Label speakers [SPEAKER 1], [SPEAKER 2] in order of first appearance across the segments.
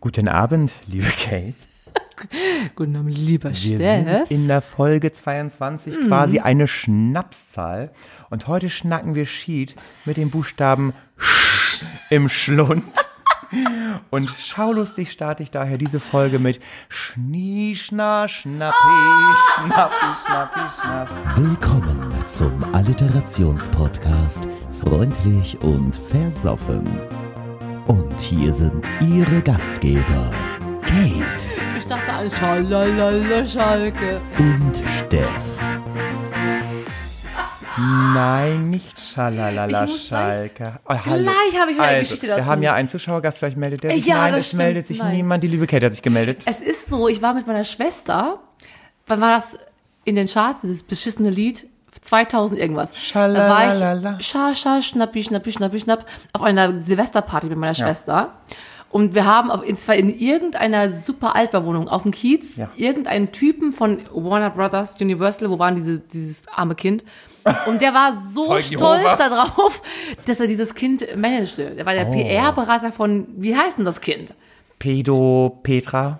[SPEAKER 1] Guten Abend, liebe Kate.
[SPEAKER 2] Guten Abend, lieber
[SPEAKER 1] Wir sind
[SPEAKER 2] Steff.
[SPEAKER 1] in der Folge 22
[SPEAKER 2] Mhm.
[SPEAKER 1] quasi eine Schnapszahl. Und heute schnacken wir Schied mit dem Buchstaben Sch im Schlund. Und schaulustig starte ich daher diese Folge mit Schnie, Schna, Schnappi, Schnappi, Schnappi, Schnappi.
[SPEAKER 3] Willkommen zum Alliterationspodcast Freundlich und Versoffen. Und hier sind Ihre Gastgeber, Kate
[SPEAKER 2] Ich dachte an Schalalala Schalke.
[SPEAKER 3] und Steff.
[SPEAKER 1] Nein, nicht Schalalala
[SPEAKER 2] Ich muss gleich-
[SPEAKER 1] Schalke. Oh, hallo.
[SPEAKER 2] Gleich habe ich wieder eine
[SPEAKER 1] also,
[SPEAKER 2] Geschichte
[SPEAKER 1] Wir
[SPEAKER 2] dazu. Äh,
[SPEAKER 1] haben ja einen Zuschauergast, vielleicht meldet der sich.
[SPEAKER 2] Ja,
[SPEAKER 1] Nein,
[SPEAKER 2] das
[SPEAKER 1] es
[SPEAKER 2] stimmt.
[SPEAKER 1] meldet sich
[SPEAKER 2] Nein. Äh,
[SPEAKER 1] niemand. Die liebe Kate hat sich gemeldet.
[SPEAKER 2] Es ist so, ich war mit meiner Schwester, wann war das in den Charts, dieses beschissene Lied? 2000 irgendwas. Da war
[SPEAKER 1] Schalalala.
[SPEAKER 2] ich scha, scha, schnappi, schnappi, schnappi, schnapp auf einer Silvesterparty mit meiner Schwester. Und wir haben auf, in, zwar in irgendeiner super Altbauwohnung auf dem Kiez
[SPEAKER 1] Ja.
[SPEAKER 2] irgendeinen Typen von Warner Brothers Universal, wo waren diese, dieses arme Kind? Und der war so
[SPEAKER 1] Zeugen
[SPEAKER 2] stolz
[SPEAKER 1] Jehovas. Oh.
[SPEAKER 2] darauf, dass er dieses Kind managte. Der war der PR-Berater von, wie heißt denn das Kind?
[SPEAKER 1] Pedo, Petra.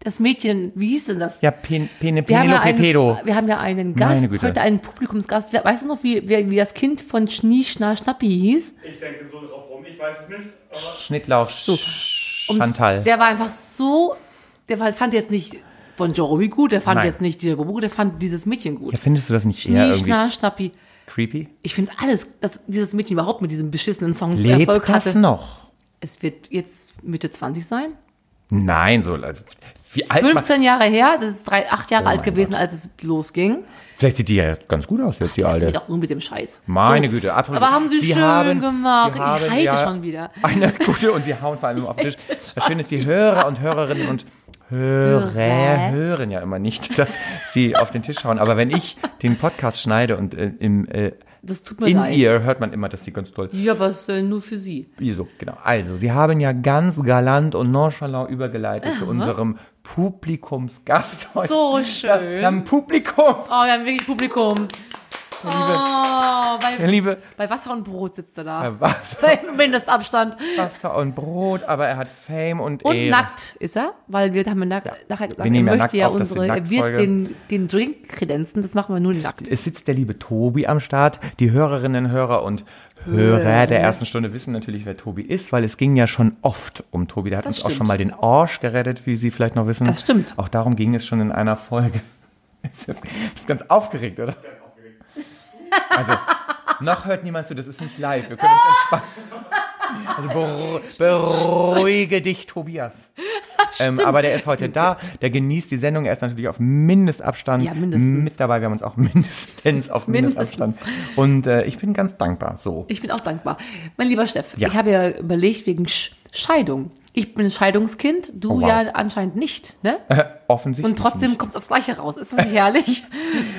[SPEAKER 2] Das Mädchen, wie hieß denn das?
[SPEAKER 1] Ja, Pen, Pene,
[SPEAKER 2] Wir haben, ja
[SPEAKER 1] Penelope
[SPEAKER 2] einen,
[SPEAKER 1] Pedo.
[SPEAKER 2] wir haben ja einen
[SPEAKER 1] Meine
[SPEAKER 2] Gast,
[SPEAKER 1] Güte.
[SPEAKER 2] heute einen Publikumsgast. We- Weißt du noch, wie, wie, wie das Kind von Schnie, Schna, Schnappi hieß?
[SPEAKER 4] Ich denke so drauf rum, ich weiß es nicht, aber
[SPEAKER 1] Schnittlauch,
[SPEAKER 2] Und
[SPEAKER 1] Chantal.
[SPEAKER 2] Um Der war einfach so, der war- fand jetzt nicht Bon Jovi gut, der fand
[SPEAKER 1] Nein.
[SPEAKER 2] jetzt nicht Dieter Bobo, gut, der fand dieses Mädchen gut.
[SPEAKER 1] Ja, findest du das nicht eher
[SPEAKER 2] Schnie,
[SPEAKER 1] irgendwie
[SPEAKER 2] Schna, Schnappi.
[SPEAKER 1] creepy?
[SPEAKER 2] Ich finde alles, dass dieses Mädchen überhaupt mit diesem beschissenen Song
[SPEAKER 1] Lebt
[SPEAKER 2] Erfolg
[SPEAKER 1] das
[SPEAKER 2] hatte.
[SPEAKER 1] noch?
[SPEAKER 2] Es wird jetzt Mitte 20 sein.
[SPEAKER 1] Nein, so. Also, wie alt macht,
[SPEAKER 2] 15 Jahre her, das ist drei, acht Jahre alt
[SPEAKER 1] mein
[SPEAKER 2] gewesen, als es losging.
[SPEAKER 1] vielleicht sieht die ja ganz gut aus jetzt, die
[SPEAKER 2] Das wird
[SPEAKER 1] alte.
[SPEAKER 2] auch nur mit dem Scheiß.
[SPEAKER 1] Meine Güte, apropos.
[SPEAKER 2] Aber haben sie, schön
[SPEAKER 1] haben-
[SPEAKER 2] gemacht.
[SPEAKER 1] Sie haben
[SPEAKER 2] ich halte
[SPEAKER 1] ja
[SPEAKER 2] schon wieder.
[SPEAKER 1] Eine gute und sie hauen vor allem auf den Tisch. Das Schöne ist, die Hörer und Hörerinnen und Hörer
[SPEAKER 2] Hörer.
[SPEAKER 1] hören ja immer nicht, dass sie auf den Tisch hauen. Aber wenn ich den Podcast schneide und äh, im äh,
[SPEAKER 2] Das tut mir
[SPEAKER 1] in
[SPEAKER 2] leid.
[SPEAKER 1] ihr hört man immer, dass sie ganz toll
[SPEAKER 2] Ja, aber es ist äh, nur für sie.
[SPEAKER 1] Wieso? Genau. Also, Sie haben ja ganz galant und nonchalant übergeleitet zu unserem Publikumsgast heute.
[SPEAKER 2] So
[SPEAKER 1] Das, wir
[SPEAKER 2] schön.
[SPEAKER 1] haben Publikum,
[SPEAKER 2] Oh, wir haben wirklich Publikum. Oh, bei,
[SPEAKER 1] liebe
[SPEAKER 2] bei Wasser und Brot sitzt er da.
[SPEAKER 1] Wasser,
[SPEAKER 2] Bei Mindestabstand.
[SPEAKER 1] Wasser und Brot, aber er hat Fame und,
[SPEAKER 2] Und
[SPEAKER 1] Ehre.
[SPEAKER 2] nackt ist er, weil wir haben ja nack, nachher gesagt,
[SPEAKER 1] nehmen ja
[SPEAKER 2] er
[SPEAKER 1] nackt
[SPEAKER 2] möchte ja
[SPEAKER 1] auf, das ist die
[SPEAKER 2] unsere, er wird
[SPEAKER 1] Nacktfolge.
[SPEAKER 2] den, den Drink kredenzen, das machen wir nur nackt.
[SPEAKER 1] Es sitzt der liebe Tobi am Start. Die Hörerinnen, Hörer und Hörer der ersten Stunde wissen natürlich, wer Tobi ist, weil es ging ja schon oft um Tobi. Der hat
[SPEAKER 2] Das
[SPEAKER 1] uns auch
[SPEAKER 2] stimmt.
[SPEAKER 1] schon mal den Orsch gerettet, wie Sie vielleicht noch wissen.
[SPEAKER 2] Das stimmt.
[SPEAKER 1] Auch darum ging es schon in einer Folge. Ist das- Bist ganz aufgeregt, oder? Also, noch hört niemand zu, das ist nicht live. Wir können uns entspannen. Also beru beruhige dich, Tobias. Ähm, aber der ist heute da, der genießt die Sendung. Er ist natürlich auf Mindestabstand
[SPEAKER 2] Ja, mindestens.
[SPEAKER 1] mit dabei. Wir haben uns auch mindestens auf
[SPEAKER 2] Mindestens.
[SPEAKER 1] Mindestabstand. Und äh, ich bin ganz dankbar. So.
[SPEAKER 2] Ich bin auch dankbar. Mein lieber Steff,
[SPEAKER 1] Ja.
[SPEAKER 2] ich habe ja überlegt wegen Sch Scheidung. Ich bin Scheidungskind, du
[SPEAKER 1] Oh, wow.
[SPEAKER 2] ja anscheinend nicht, ne?
[SPEAKER 1] Äh, Offensichtlich.
[SPEAKER 2] Und trotzdem kommt es aufs Gleiche raus. Ist das nicht herrlich?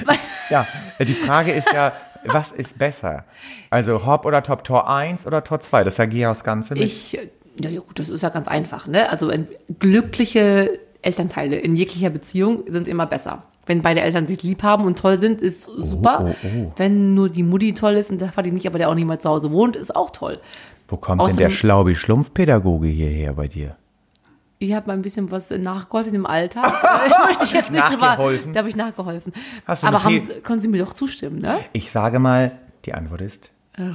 [SPEAKER 2] Weil-
[SPEAKER 1] Ja, äh, die Frage ist ja, was ist besser? Also Hop oder Top, Tor 1 oder Tor 2? Das ist ja Georgs Ganze. mit-
[SPEAKER 2] Ich, ja ja, gut, das ist ja ganz einfach, ne? Also ein, glückliche Elternteile in jeglicher Beziehung sind immer besser. Wenn beide Eltern sich lieb haben und toll sind, ist super.
[SPEAKER 1] oh, oh.
[SPEAKER 2] Wenn nur die Mutti toll ist und der Vati nicht, aber der auch nicht mal zu Hause wohnt, ist auch toll.
[SPEAKER 1] Wo kommt
[SPEAKER 2] Außerdem-
[SPEAKER 1] denn der Schlaubi-Schlumpf-Pädagoge hierher bei dir?
[SPEAKER 2] Ich habe mal ein bisschen was nachgeholfen im Alltag. Da möchte ich jetzt nicht drüber.
[SPEAKER 1] Nachgeholfen?
[SPEAKER 2] Da habe ich nachgeholfen.
[SPEAKER 1] Hast du
[SPEAKER 2] aber
[SPEAKER 1] eine
[SPEAKER 2] haben,
[SPEAKER 1] P-
[SPEAKER 2] Sie- können Sie mir doch zustimmen, ne?
[SPEAKER 1] Ich sage mal, die Antwort ist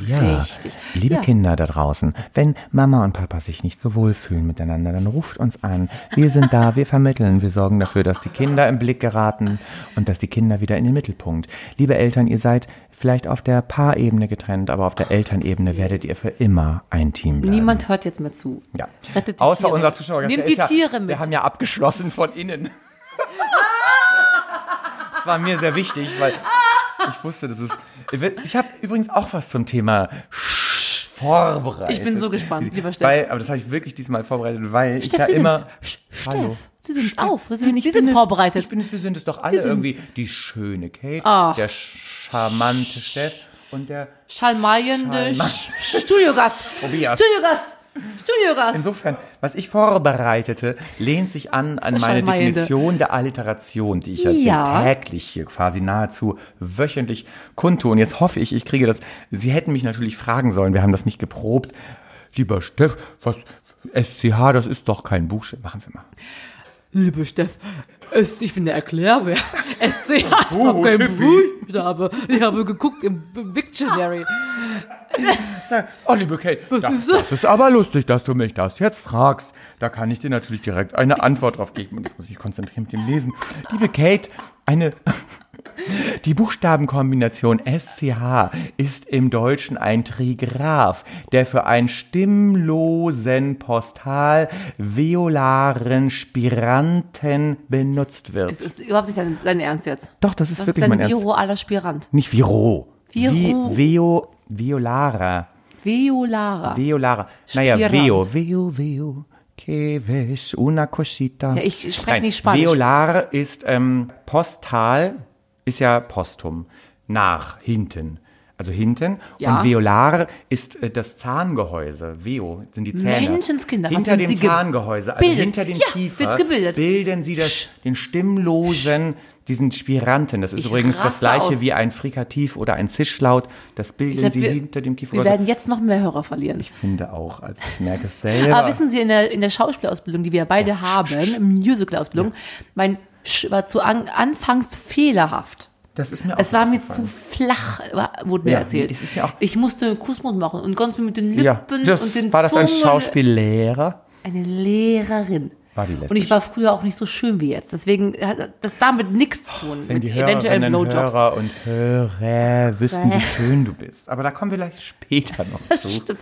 [SPEAKER 1] ja.
[SPEAKER 2] Richtig.
[SPEAKER 1] Liebe
[SPEAKER 2] Ja.
[SPEAKER 1] Kinder da draußen, wenn Mama und Papa sich nicht so wohl fühlen miteinander, dann ruft uns an. Wir sind da, wir vermitteln, wir sorgen dafür, dass die Kinder im Blick geraten und dass die Kinder wieder in den Mittelpunkt. Liebe Eltern, ihr seid vielleicht auf der Paarebene getrennt, aber auf der Elternebene werdet ihr für immer ein Team bleiben.
[SPEAKER 2] Niemand hört jetzt mehr zu.
[SPEAKER 1] Ja.
[SPEAKER 2] Rettet die
[SPEAKER 1] Außer
[SPEAKER 2] Tiere.
[SPEAKER 1] unser Zuschauer. der
[SPEAKER 2] Nehmt
[SPEAKER 1] ist
[SPEAKER 2] die
[SPEAKER 1] ja,
[SPEAKER 2] Tiere mit.
[SPEAKER 1] Wir haben ja abgeschlossen von innen. das war mir sehr wichtig, weil ich wusste, dass es. Ich habe übrigens auch was zum Thema Sch- vorbereitet.
[SPEAKER 2] Ich bin so gespannt, lieber Steff.
[SPEAKER 1] Weil, aber das habe ich wirklich diesmal vorbereitet, weil ich
[SPEAKER 2] Steff,
[SPEAKER 1] ja
[SPEAKER 2] Sie
[SPEAKER 1] immer.
[SPEAKER 2] sind,
[SPEAKER 1] Hallo.
[SPEAKER 2] Steff, Sie sind auch. Sie sind,
[SPEAKER 1] Ich
[SPEAKER 2] Sie
[SPEAKER 1] bin
[SPEAKER 2] sind
[SPEAKER 1] es-
[SPEAKER 2] vorbereitet.
[SPEAKER 1] Ich bin es, wir sind es doch
[SPEAKER 2] Sie
[SPEAKER 1] alle
[SPEAKER 2] sind's.
[SPEAKER 1] irgendwie. Die schöne Kate,
[SPEAKER 2] Ach.
[SPEAKER 1] der charmante Steff und der
[SPEAKER 2] Schalmeiende
[SPEAKER 1] Schalma-
[SPEAKER 2] Sch- Studiogast.
[SPEAKER 1] Tobias.
[SPEAKER 2] Studiogast. Studiogast.
[SPEAKER 1] Insofern, was ich vorbereitete, lehnt sich an an meine
[SPEAKER 2] Schallmeide.
[SPEAKER 1] Definition der Alliteration, die ich ja,
[SPEAKER 2] Ja.
[SPEAKER 1] Hier täglich hier quasi nahezu wöchentlich kundtue. Und jetzt hoffe ich, ich kriege das. Sie hätten mich natürlich fragen sollen, wir haben das nicht geprobt. Lieber Steff, was SCH, das ist doch kein Buchstabe. Machen Sie mal.
[SPEAKER 2] Liebe Steff, es, ich bin der Erklärer. SCH ist doch
[SPEAKER 1] Oh,
[SPEAKER 2] kein
[SPEAKER 1] Tiffy.
[SPEAKER 2] Buchstabe. Ich habe geguckt im Wiktionary.
[SPEAKER 1] Ah. Oh, liebe Kate, das,
[SPEAKER 2] ist das?
[SPEAKER 1] das ist aber lustig, dass du mich das jetzt fragst. Da kann ich dir natürlich direkt eine Antwort drauf geben. Und jetzt muss ich mich konzentrieren mit dem Lesen. Liebe Kate, eine. Die Buchstabenkombination SCH ist im Deutschen ein Trigraph, der für einen stimmlosen postal violaren Spiranten benutzt wird.
[SPEAKER 2] Es ist überhaupt nicht dein, dein Ernst jetzt.
[SPEAKER 1] Doch, das ist
[SPEAKER 2] Das
[SPEAKER 1] wirklich
[SPEAKER 2] ist
[SPEAKER 1] mein
[SPEAKER 2] dein
[SPEAKER 1] Ernst.
[SPEAKER 2] Viro aller Spirant.
[SPEAKER 1] Nicht Viro.
[SPEAKER 2] Viro.
[SPEAKER 1] Vi- Veo, Violare.
[SPEAKER 2] Violara.
[SPEAKER 1] Violara. Naja, Veo,
[SPEAKER 2] Spirant.
[SPEAKER 1] Veo, Veo, que ves una cosita.
[SPEAKER 2] Ja, ich spreche
[SPEAKER 1] Nein,
[SPEAKER 2] nicht Spanisch.
[SPEAKER 1] Violar ist ähm, postal, ist ja postum, nach, hinten. Also hinten.
[SPEAKER 2] Ja.
[SPEAKER 1] Und Violar ist äh, das Zahngehäuse. Veo sind die Zähne.
[SPEAKER 2] Menschenskinder, was
[SPEAKER 1] Hinter
[SPEAKER 2] sind
[SPEAKER 1] dem
[SPEAKER 2] Sie ge-
[SPEAKER 1] Zahngehäuse, also
[SPEAKER 2] Bildet.
[SPEAKER 1] hinter dem
[SPEAKER 2] Ja,
[SPEAKER 1] Kiefer,
[SPEAKER 2] wird's gebildet.
[SPEAKER 1] bilden sie das, den stimmlosen, diesen Spiranten. Das ist
[SPEAKER 2] Ich
[SPEAKER 1] übrigens das
[SPEAKER 2] raste
[SPEAKER 1] gleiche
[SPEAKER 2] aus.
[SPEAKER 1] wie ein Frikativ oder ein Zischlaut. Das bilden
[SPEAKER 2] sag,
[SPEAKER 1] sie
[SPEAKER 2] wir-
[SPEAKER 1] hinter dem Kiefer. Also
[SPEAKER 2] Wir werden jetzt noch mehr Hörer verlieren.
[SPEAKER 1] Finde auch, also ich merke es selber.
[SPEAKER 2] Aber wissen Sie, in der, in der Schauspielausbildung,
[SPEAKER 1] Oh,
[SPEAKER 2] die wir beide haben, Musical-Ausbildung, mein Sch war zu an, anfangs fehlerhaft.
[SPEAKER 1] das ist mir auch
[SPEAKER 2] Es war mir zu
[SPEAKER 1] aufgefallen.
[SPEAKER 2] flach, war- wurde mir
[SPEAKER 1] Ja,
[SPEAKER 2] erzählt.
[SPEAKER 1] es ist ja auch-
[SPEAKER 2] ich musste einen Kussmund machen und ganz mit den Lippen
[SPEAKER 1] Ja,
[SPEAKER 2] und
[SPEAKER 1] das,
[SPEAKER 2] den
[SPEAKER 1] war das ein
[SPEAKER 2] Zungen-
[SPEAKER 1] Schauspiellehrer?
[SPEAKER 2] Eine Lehrerin.
[SPEAKER 1] War die lesbisch?
[SPEAKER 2] und ich war früher auch nicht so schön wie jetzt. Deswegen hat das damit nichts zu tun.
[SPEAKER 1] Wenn
[SPEAKER 2] mit
[SPEAKER 1] die
[SPEAKER 2] eventuellen
[SPEAKER 1] Hörerinnen,
[SPEAKER 2] Blowjobs.
[SPEAKER 1] Hörer und Hörer wissen,
[SPEAKER 2] Äh.
[SPEAKER 1] wie schön du bist. Aber da kommen wir gleich später noch zu.
[SPEAKER 2] Stimmt.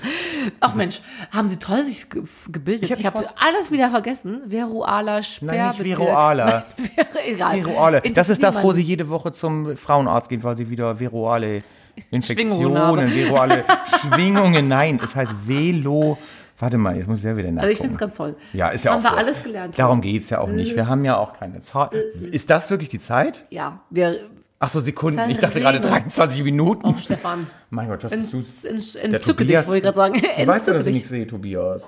[SPEAKER 2] Ach Mensch, haben Sie toll sich ge gebildet.
[SPEAKER 1] Ich hab
[SPEAKER 2] Ich habe
[SPEAKER 1] voll-
[SPEAKER 2] alles wieder vergessen. Veruala,
[SPEAKER 1] Nein, nicht
[SPEAKER 2] Sperrbezirk.
[SPEAKER 1] Viroale.
[SPEAKER 2] Wäre egal.
[SPEAKER 1] Viroale. Das ist das, wo
[SPEAKER 2] Interessiert
[SPEAKER 1] sie jede Woche zum Frauenarzt geht, weil sie wieder Viroale
[SPEAKER 2] Schwingungen habe.
[SPEAKER 1] Infektionen, Viroale Schwingungen. Nein, es heißt Velo. Warte mal, jetzt muss ich selber wieder nachgucken.
[SPEAKER 2] Also ich find's ganz toll.
[SPEAKER 1] Ja, ist ja
[SPEAKER 2] Haben
[SPEAKER 1] auch
[SPEAKER 2] wir
[SPEAKER 1] Wurst.
[SPEAKER 2] alles gelernt. Mhm.
[SPEAKER 1] Darum geht's ja auch nicht. Wir haben ja auch keine Zeit. Ist das wirklich die Zeit?
[SPEAKER 2] niemand. Ja, wir...
[SPEAKER 1] Ach so, Sekunden. Ich
[SPEAKER 2] Sein
[SPEAKER 1] dachte gerade
[SPEAKER 2] Leben.
[SPEAKER 1] 23 Minuten.
[SPEAKER 2] Oh, Stefan.
[SPEAKER 1] Mein Gott, das
[SPEAKER 2] En-
[SPEAKER 1] ist zu...
[SPEAKER 2] en-
[SPEAKER 1] Der
[SPEAKER 2] Entzücke dich, wollte ich gerade sagen.
[SPEAKER 1] Du weißt du, dass
[SPEAKER 2] Entzücke
[SPEAKER 1] ich
[SPEAKER 2] dich.
[SPEAKER 1] nichts sehe, Tobias.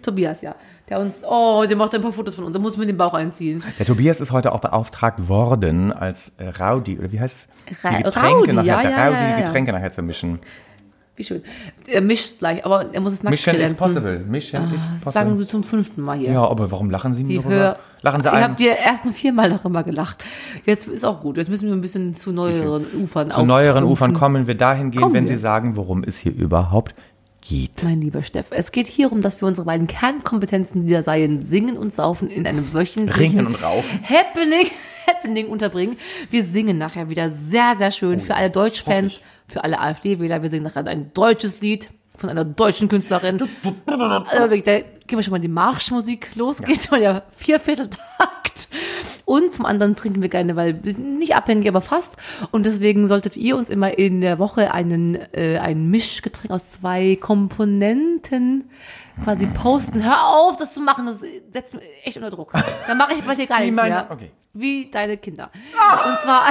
[SPEAKER 2] Tobias, ja. Der uns... Oh, der macht ein paar Fotos von uns. Da muss ich mir den Bauch einziehen.
[SPEAKER 1] Der Tobias ist heute auch beauftragt worden, als äh, Raudi, oder wie heißt es?
[SPEAKER 2] Ra-
[SPEAKER 1] die Getränke
[SPEAKER 2] Raudi,
[SPEAKER 1] nachher,
[SPEAKER 2] ja,
[SPEAKER 1] der
[SPEAKER 2] ja,
[SPEAKER 1] Raudi,
[SPEAKER 2] ja,
[SPEAKER 1] die
[SPEAKER 2] ja.
[SPEAKER 1] Getränke nachher zu mischen.
[SPEAKER 2] Wie schön. Er mischt gleich, aber er muss es nackt
[SPEAKER 1] Mission is
[SPEAKER 2] kredenzen.
[SPEAKER 1] possible. Mission is
[SPEAKER 2] Das
[SPEAKER 1] possible.
[SPEAKER 2] Ah, sagen sie zum fünften Mal hier.
[SPEAKER 1] ja, aber warum lachen sie
[SPEAKER 2] Die
[SPEAKER 1] nicht
[SPEAKER 2] Hör
[SPEAKER 1] darüber? Lachen sie
[SPEAKER 2] Ihr
[SPEAKER 1] ein.
[SPEAKER 2] habt die ersten viermal darüber gelacht. Jetzt ist auch gut. Jetzt müssen wir ein bisschen zu neueren Ufern
[SPEAKER 1] Zu neueren Ufern
[SPEAKER 2] kommen.
[SPEAKER 1] kommen wir dahin gehen,
[SPEAKER 2] Kommen
[SPEAKER 1] wenn
[SPEAKER 2] wir.
[SPEAKER 1] sie sagen, worum es hier überhaupt geht.
[SPEAKER 2] Mein lieber Steff, es geht hierum, dass wir unsere beiden Kernkompetenzen, die da seien, singen und saufen, in einem wöchentlichen
[SPEAKER 1] Ringen und Raufen.
[SPEAKER 2] Happening, Happening unterbringen. Wir singen nachher wieder sehr, sehr
[SPEAKER 1] Oh
[SPEAKER 2] schön für alle Deutschfans, für alle AfD-Wähler. Wir singen nachher ein deutsches Lied von einer deutschen Künstlerin. Also wirklich, da gehen wir schon mal die Marschmusik los, geht's mal der Viervierteltakt. Und zum anderen trinken wir gerne, weil wir sind nicht abhängig, aber fast. Und deswegen solltet ihr uns immer in der Woche einen, äh, ein Mischgetränk aus zwei Komponenten quasi posten. Hör auf, das zu machen, das setzt mich echt unter Druck. Dann mache ich bald hier gar nichts
[SPEAKER 1] meine-
[SPEAKER 2] mehr.
[SPEAKER 1] okay. Ah!
[SPEAKER 2] Wie deine Kinder. Und zwar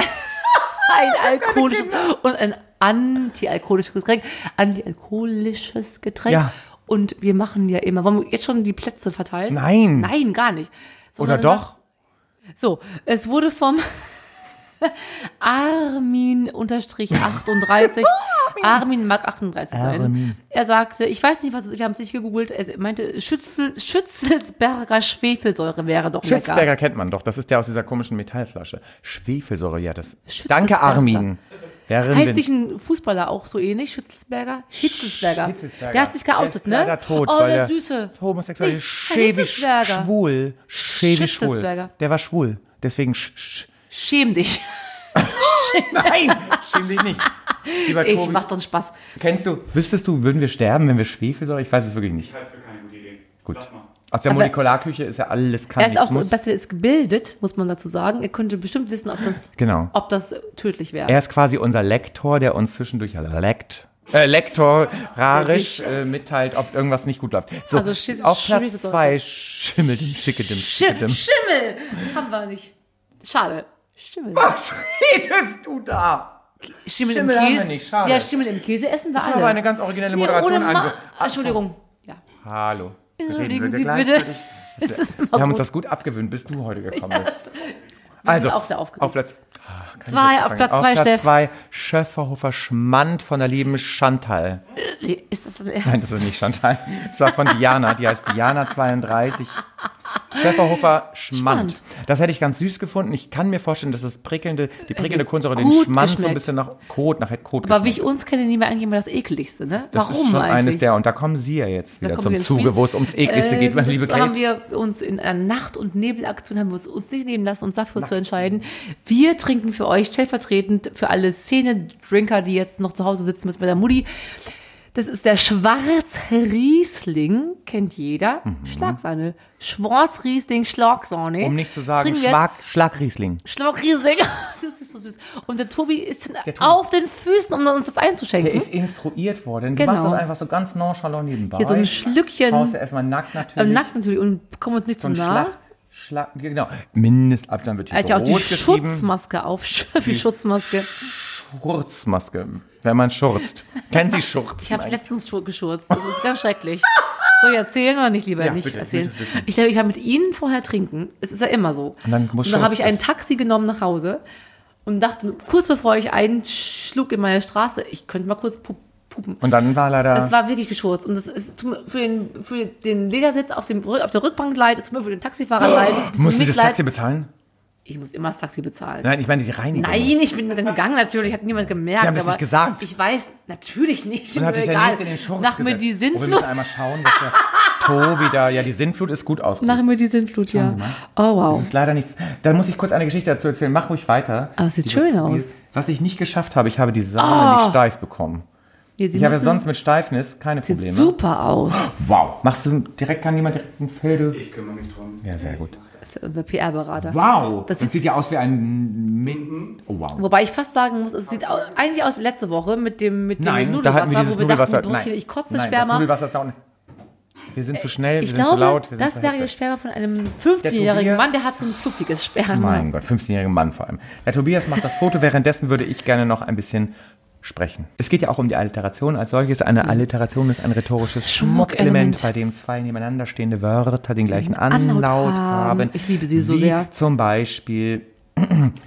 [SPEAKER 2] ein alkoholisches und ein antialkoholisches Getränk. Antialkoholisches Getränk.
[SPEAKER 1] Ja.
[SPEAKER 2] Und wir machen ja immer, wollen wir jetzt schon die Plätze verteilen?
[SPEAKER 1] Nein.
[SPEAKER 2] Nein, gar nicht.
[SPEAKER 1] Oder
[SPEAKER 2] Sondern
[SPEAKER 1] doch?
[SPEAKER 2] Das, so, es wurde vom Armin-38. Armin mag 38 sein.
[SPEAKER 1] Armin.
[SPEAKER 2] Er sagte, ich weiß nicht, was es, wir haben es nicht gegoogelt, er meinte, Schützel, Schützelsberger Schwefelsäure wäre doch lecker.
[SPEAKER 1] Schützberger kennt man doch. Das ist der aus dieser komischen Metallflasche. Schwefelsäure, ja, das.
[SPEAKER 2] Schützelsberger.
[SPEAKER 1] Danke, Armin. Während
[SPEAKER 2] Heißt dich ein Fußballer auch so ähnlich? Schützelsberger? Hitzelsberger.
[SPEAKER 1] Hitzelsberger.
[SPEAKER 2] Der hat sich geoutet,
[SPEAKER 1] Der ist
[SPEAKER 2] ne?
[SPEAKER 1] leider tot,
[SPEAKER 2] oh,
[SPEAKER 1] weil
[SPEAKER 2] der
[SPEAKER 1] er
[SPEAKER 2] Süße.
[SPEAKER 1] Homosexuell.
[SPEAKER 2] Nee,
[SPEAKER 1] schäbig
[SPEAKER 2] Hitzelsberger.
[SPEAKER 1] schwul. Schäbig schwul.
[SPEAKER 2] Schützelsberger.
[SPEAKER 1] Der war schwul. Deswegen sch, sch.
[SPEAKER 2] Schäm dich.
[SPEAKER 1] Nein, schäm dich nicht. Lieber
[SPEAKER 2] Ich
[SPEAKER 1] Tobi,
[SPEAKER 2] mach doch einen Spaß.
[SPEAKER 1] kennst du, wüsstest du, würden wir sterben, wenn wir Schwefelsäure? Ich weiß es wirklich
[SPEAKER 4] Ich
[SPEAKER 1] nicht.
[SPEAKER 4] halte es für keine gute Idee.
[SPEAKER 1] Gut.
[SPEAKER 4] Lass mal.
[SPEAKER 1] Aus der
[SPEAKER 2] Aber-
[SPEAKER 1] Molekularküche ist ja alles kann
[SPEAKER 2] Er ist
[SPEAKER 1] nichts,
[SPEAKER 2] auch
[SPEAKER 1] muss.
[SPEAKER 2] besser ist gebildet, muss man dazu sagen. Er könnte bestimmt wissen, ob das,
[SPEAKER 1] Genau.
[SPEAKER 2] ob das tödlich wäre.
[SPEAKER 1] Er ist quasi unser Lektor, der uns zwischendurch leckt. Äh, lektorarisch äh, mitteilt, ob irgendwas nicht gut läuft. So,
[SPEAKER 2] Also Schiss-
[SPEAKER 1] auf Platz
[SPEAKER 2] Schwefelsäure.
[SPEAKER 1] zwei schimmel dem schicke dem schicke
[SPEAKER 2] Schimmel,
[SPEAKER 1] dem.
[SPEAKER 2] Schimmel! Haben wir nicht. Schade. Schimmel.
[SPEAKER 1] Was redest du da?
[SPEAKER 2] Schimmel,
[SPEAKER 1] Schimmel
[SPEAKER 2] im
[SPEAKER 1] haben
[SPEAKER 2] Käse.
[SPEAKER 1] wir nicht, schade.
[SPEAKER 2] Ja, Schimmel im Käse essen wir
[SPEAKER 1] Ich habe
[SPEAKER 2] alle.
[SPEAKER 1] eine ganz originelle
[SPEAKER 2] Nee,
[SPEAKER 1] Moderation
[SPEAKER 2] ohne Ma
[SPEAKER 1] ange... Ah,
[SPEAKER 2] Entschuldigung. Ja.
[SPEAKER 1] Hallo.
[SPEAKER 2] Entschuldigen
[SPEAKER 1] wir
[SPEAKER 2] Sie bitte.
[SPEAKER 1] gleichzeitig?
[SPEAKER 2] Es ist
[SPEAKER 1] Wir
[SPEAKER 2] immer
[SPEAKER 1] haben uns
[SPEAKER 2] gut.
[SPEAKER 1] das gut abgewöhnt, bis du heute gekommen bist. Also,
[SPEAKER 2] auch sehr aufgeregt.
[SPEAKER 1] auf Platz Ah, kann ich
[SPEAKER 2] Zwei,
[SPEAKER 1] jetzt
[SPEAKER 2] auf
[SPEAKER 1] anfangen?
[SPEAKER 2] Platz
[SPEAKER 1] auf
[SPEAKER 2] zwei,
[SPEAKER 1] Platz
[SPEAKER 2] Steff.
[SPEAKER 1] zwei, Schöfferhofer Schmand von der lieben Chantal.
[SPEAKER 2] Ist das denn
[SPEAKER 1] Nein, das ist nicht Chantal. Es war von Diana, die heißt Diana32. Schäferhofer Schmand.
[SPEAKER 2] Schmand.
[SPEAKER 1] Das hätte ich ganz süß gefunden. Ich kann mir vorstellen, dass das prickelnde, die prickelnde Kohlensäure den
[SPEAKER 2] Äh, gut
[SPEAKER 1] Schmand so ein
[SPEAKER 2] geschmeckt.
[SPEAKER 1] bisschen nach Kot, nach Kot
[SPEAKER 2] Aber wie
[SPEAKER 1] geschmeckt.
[SPEAKER 2] ich uns kenne, nehmen wir eigentlich immer das Ekligste, ne?
[SPEAKER 1] das
[SPEAKER 2] Warum
[SPEAKER 1] ist schon
[SPEAKER 2] eigentlich?
[SPEAKER 1] eines der, und da kommen Sie ja jetzt
[SPEAKER 2] Da
[SPEAKER 1] wieder
[SPEAKER 2] kommen
[SPEAKER 1] zum
[SPEAKER 2] wir ins
[SPEAKER 1] Zuge,
[SPEAKER 2] Spiel. Äh, Ähm,
[SPEAKER 1] wo es ums Ekligste geht, meine
[SPEAKER 2] das
[SPEAKER 1] liebe
[SPEAKER 2] haben
[SPEAKER 1] Kate.
[SPEAKER 2] wir uns in einer Nacht- und Nebelaktion haben wir es uns nicht nehmen lassen, uns dafür zu entscheiden. Wir trinken für euch stellvertretend für alle Szene-Drinker, die jetzt noch zu Hause sitzen müssen bei der Mutti. Das ist der Schwarzriesling, kennt jeder. Schlagsahne. Schwarzriesling, Schlagsahne.
[SPEAKER 1] Mhm. Um nicht zu sagen,
[SPEAKER 2] Trinken wir jetzt
[SPEAKER 1] Schlag, Schlagriesling.
[SPEAKER 2] Schwarzriesling. Das ist so süß. Und der Tobi ist schon
[SPEAKER 1] Tobi.
[SPEAKER 2] auf den Füßen, um uns das einzuschenken.
[SPEAKER 1] Der ist instruiert worden. Du
[SPEAKER 2] Mhm. Genau.
[SPEAKER 1] machst das einfach so ganz nonchalant nebenbei.
[SPEAKER 2] Hier so ein Schlückchen.
[SPEAKER 1] Haust ja erstmal nackt natürlich.
[SPEAKER 2] Am Nackt natürlich und kommen uns nicht
[SPEAKER 1] so
[SPEAKER 2] zu
[SPEAKER 1] ein
[SPEAKER 2] nahe.
[SPEAKER 1] Schlag, Schlag, genau. Mindestabstand wird hier
[SPEAKER 2] Er hat ja auch die
[SPEAKER 1] groß geschrieben.
[SPEAKER 2] Schutzmaske auf. Die Schutzmaske.
[SPEAKER 1] Schurzmaske, wenn man schurzt. Kennen Sie Schurzen?
[SPEAKER 2] Ich habe
[SPEAKER 1] eigentlich?
[SPEAKER 2] letztens schu- geschurzt. Das ist ganz schrecklich. Soll ich erzählen oder nicht? Lieber
[SPEAKER 1] Ja,
[SPEAKER 2] nicht
[SPEAKER 1] bitte, ich will
[SPEAKER 2] erzählen.
[SPEAKER 1] das wissen.
[SPEAKER 2] Ich glaube, ich war mit Ihnen vorher trinken. Es ist ja immer so.
[SPEAKER 1] Und dann muss
[SPEAKER 2] Und dann
[SPEAKER 1] Schurz
[SPEAKER 2] habe ich ein
[SPEAKER 1] essen.
[SPEAKER 2] Taxi genommen nach Hause und dachte, kurz bevor ich einschlug in meine Straße, ich könnte mal kurz pu- pupen.
[SPEAKER 1] Und dann war leider.
[SPEAKER 2] Es war wirklich geschurzt. Und das ist tut mir für den, für den Ledersitz auf, dem, Rück- auf der Rückbank leid, es tut mir für den Taxifahrer leid, es tut mir für
[SPEAKER 1] Mussten Sie
[SPEAKER 2] mich
[SPEAKER 1] Oh, das
[SPEAKER 2] leid.
[SPEAKER 1] Taxi bezahlen?
[SPEAKER 2] Ich muss immer das Taxi bezahlen.
[SPEAKER 1] Nein, ich meine die Reinigung.
[SPEAKER 2] Nein, ich bin dann gegangen natürlich, hat niemand gemerkt.
[SPEAKER 1] Sie haben das
[SPEAKER 2] aber
[SPEAKER 1] nicht gesagt.
[SPEAKER 2] Ich weiß, natürlich nicht.
[SPEAKER 1] Dann hat
[SPEAKER 2] mir
[SPEAKER 1] sich der
[SPEAKER 2] egal.
[SPEAKER 1] Nächste in den Schurz
[SPEAKER 2] Nach mir
[SPEAKER 1] gesetzt. Oh,
[SPEAKER 2] die
[SPEAKER 1] wir müssen
[SPEAKER 2] Sinnflut.
[SPEAKER 1] einmal schauen, dass der Tobi da. Ja, die Sinnflut ist gut aus.
[SPEAKER 2] Nach mir die Sinnflut, ja. Oh
[SPEAKER 1] Das
[SPEAKER 2] wow.
[SPEAKER 1] ist leider nichts. Dann muss ich kurz eine Geschichte dazu erzählen. Mach ruhig weiter.
[SPEAKER 2] Ah, sieht
[SPEAKER 1] Die-
[SPEAKER 2] schön
[SPEAKER 1] die-
[SPEAKER 2] aus.
[SPEAKER 1] Was ich nicht geschafft habe, ich habe die Sahne nicht steif bekommen.
[SPEAKER 2] Hier, Sie
[SPEAKER 1] Ich habe
[SPEAKER 2] müssen-
[SPEAKER 1] sonst mit Steifnis keine
[SPEAKER 2] sieht
[SPEAKER 1] Probleme.
[SPEAKER 2] super aus.
[SPEAKER 1] Wow. Machst du direkt, kann jemand direkt ein Felde?
[SPEAKER 4] Ich kümmere mich drum.
[SPEAKER 1] Ja, sehr gut.
[SPEAKER 2] Das ist ja unser PR-Berater.
[SPEAKER 1] Wow.
[SPEAKER 2] Das
[SPEAKER 1] Das,
[SPEAKER 2] sieht-
[SPEAKER 1] sieht ja aus wie ein. Min- Oh, wow.
[SPEAKER 2] Wobei ich fast sagen muss, es sieht au- eigentlich aus wie letzte Woche mit dem, mit dem
[SPEAKER 1] Nein, da
[SPEAKER 2] Nudelwasser,
[SPEAKER 1] hatten wir dieses
[SPEAKER 2] wo wir
[SPEAKER 1] Nudelwasser.
[SPEAKER 2] dachten,
[SPEAKER 1] Nein,
[SPEAKER 2] Brötchen, ich kotze
[SPEAKER 1] Nein, das
[SPEAKER 2] Sperma.
[SPEAKER 1] Nudelwasser ist da unten. Wir sind zu schnell, wir
[SPEAKER 2] Ich
[SPEAKER 1] sind
[SPEAKER 2] glaube,
[SPEAKER 1] zu laut. Wir sind
[SPEAKER 2] das
[SPEAKER 1] zu
[SPEAKER 2] wäre der
[SPEAKER 1] hektisch.
[SPEAKER 2] Sperma von einem
[SPEAKER 1] Der
[SPEAKER 2] 15-jährigen
[SPEAKER 1] Tobias-
[SPEAKER 2] Mann, der hat so ein fluffiges Sperma.
[SPEAKER 1] Mein Gott, 15-jährigen Mann vor allem. Der Tobias macht das Foto, währenddessen würde ich gerne noch ein bisschen sprechen. Es geht ja auch um die Alliteration als solches. Eine Alliteration ist ein rhetorisches
[SPEAKER 2] Hm. Schmuckelement. Hm.
[SPEAKER 1] Schmuckelement, bei dem zwei nebeneinander stehende Wörter den gleichen
[SPEAKER 2] Anlaut
[SPEAKER 1] Anlaut
[SPEAKER 2] haben.
[SPEAKER 1] haben.
[SPEAKER 2] Ich liebe sie so
[SPEAKER 1] wie
[SPEAKER 2] sehr.
[SPEAKER 1] zum Beispiel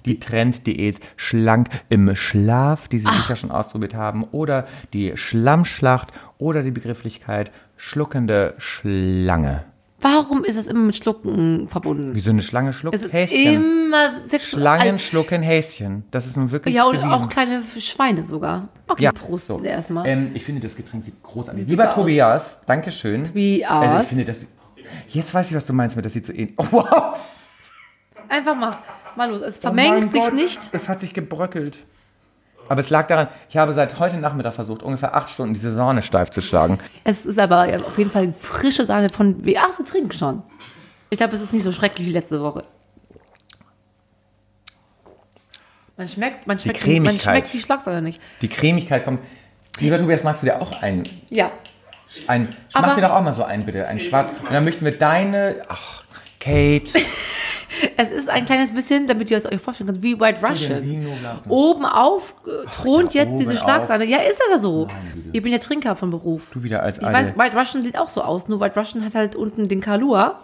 [SPEAKER 1] die Trenddiät schlank im Schlaf, die Sie sicher schon ausprobiert haben, oder die Schlammschlacht oder die Begrifflichkeit schluckende Schlange.
[SPEAKER 2] Warum ist es immer mit Schlucken verbunden?
[SPEAKER 1] Wieso eine Schlange schluckt
[SPEAKER 2] Es ist
[SPEAKER 1] Häschen?
[SPEAKER 2] immer sexuell.
[SPEAKER 1] Schlangen schlucken Häschen. Das ist nun wirklich
[SPEAKER 2] Also, Ja, und
[SPEAKER 1] bewiesen.
[SPEAKER 2] auch kleine Schweine sogar. Okay,
[SPEAKER 1] Ja,
[SPEAKER 2] Prost
[SPEAKER 1] so.
[SPEAKER 2] erstmal.
[SPEAKER 1] Ähm, ich finde, das Getränk sieht großartig aus.
[SPEAKER 2] Sieht
[SPEAKER 1] Lieber
[SPEAKER 2] super aus.
[SPEAKER 1] Tobias, Dankeschön.
[SPEAKER 2] Tobias.
[SPEAKER 1] Also ich finde, das Jetzt weiß ich, was du meinst mit, das sieht so ähnlich. Oh, wow.
[SPEAKER 2] Einfach mal, mal los. Es
[SPEAKER 1] Oh
[SPEAKER 2] vermengt
[SPEAKER 1] mein
[SPEAKER 2] sich
[SPEAKER 1] Gott,
[SPEAKER 2] nicht.
[SPEAKER 1] Es hat sich gebröckelt. Aber es lag daran, ich habe seit heute Nachmittag versucht, ungefähr acht Stunden diese Sahne steif zu schlagen.
[SPEAKER 2] Es ist aber auf jeden Fall frische Sahne von. W- Ach, so trinken schon. Ich glaube, es ist nicht so schrecklich wie letzte Woche. Man schmeckt, man schmeckt, man
[SPEAKER 1] Cremigkeit.
[SPEAKER 2] schmeckt die Schlagsahne nicht.
[SPEAKER 1] Die Cremigkeit kommt. Lieber Tobias, magst du dir auch einen?
[SPEAKER 2] Ja.
[SPEAKER 1] einen
[SPEAKER 2] Aber-
[SPEAKER 1] mach dir doch auch mal so einen, bitte. Einen schwarz. Und dann möchten wir deine. Ach, Kate.
[SPEAKER 2] Es ist ein kleines bisschen, damit ihr es euch vorstellen könnt, wie White
[SPEAKER 1] den
[SPEAKER 2] Russian.
[SPEAKER 1] Vino-Glas noch.
[SPEAKER 2] Oben auf äh, thront
[SPEAKER 1] ja,
[SPEAKER 2] jetzt diese
[SPEAKER 1] oben auf.
[SPEAKER 2] Schlagsahne. Ja, ist das ja so. ich bin ja Trinker von Beruf.
[SPEAKER 1] Du wieder als
[SPEAKER 2] Ich
[SPEAKER 1] alte-
[SPEAKER 2] weiß, White Russian sieht auch so aus, nur White Russian hat halt unten den Kalua,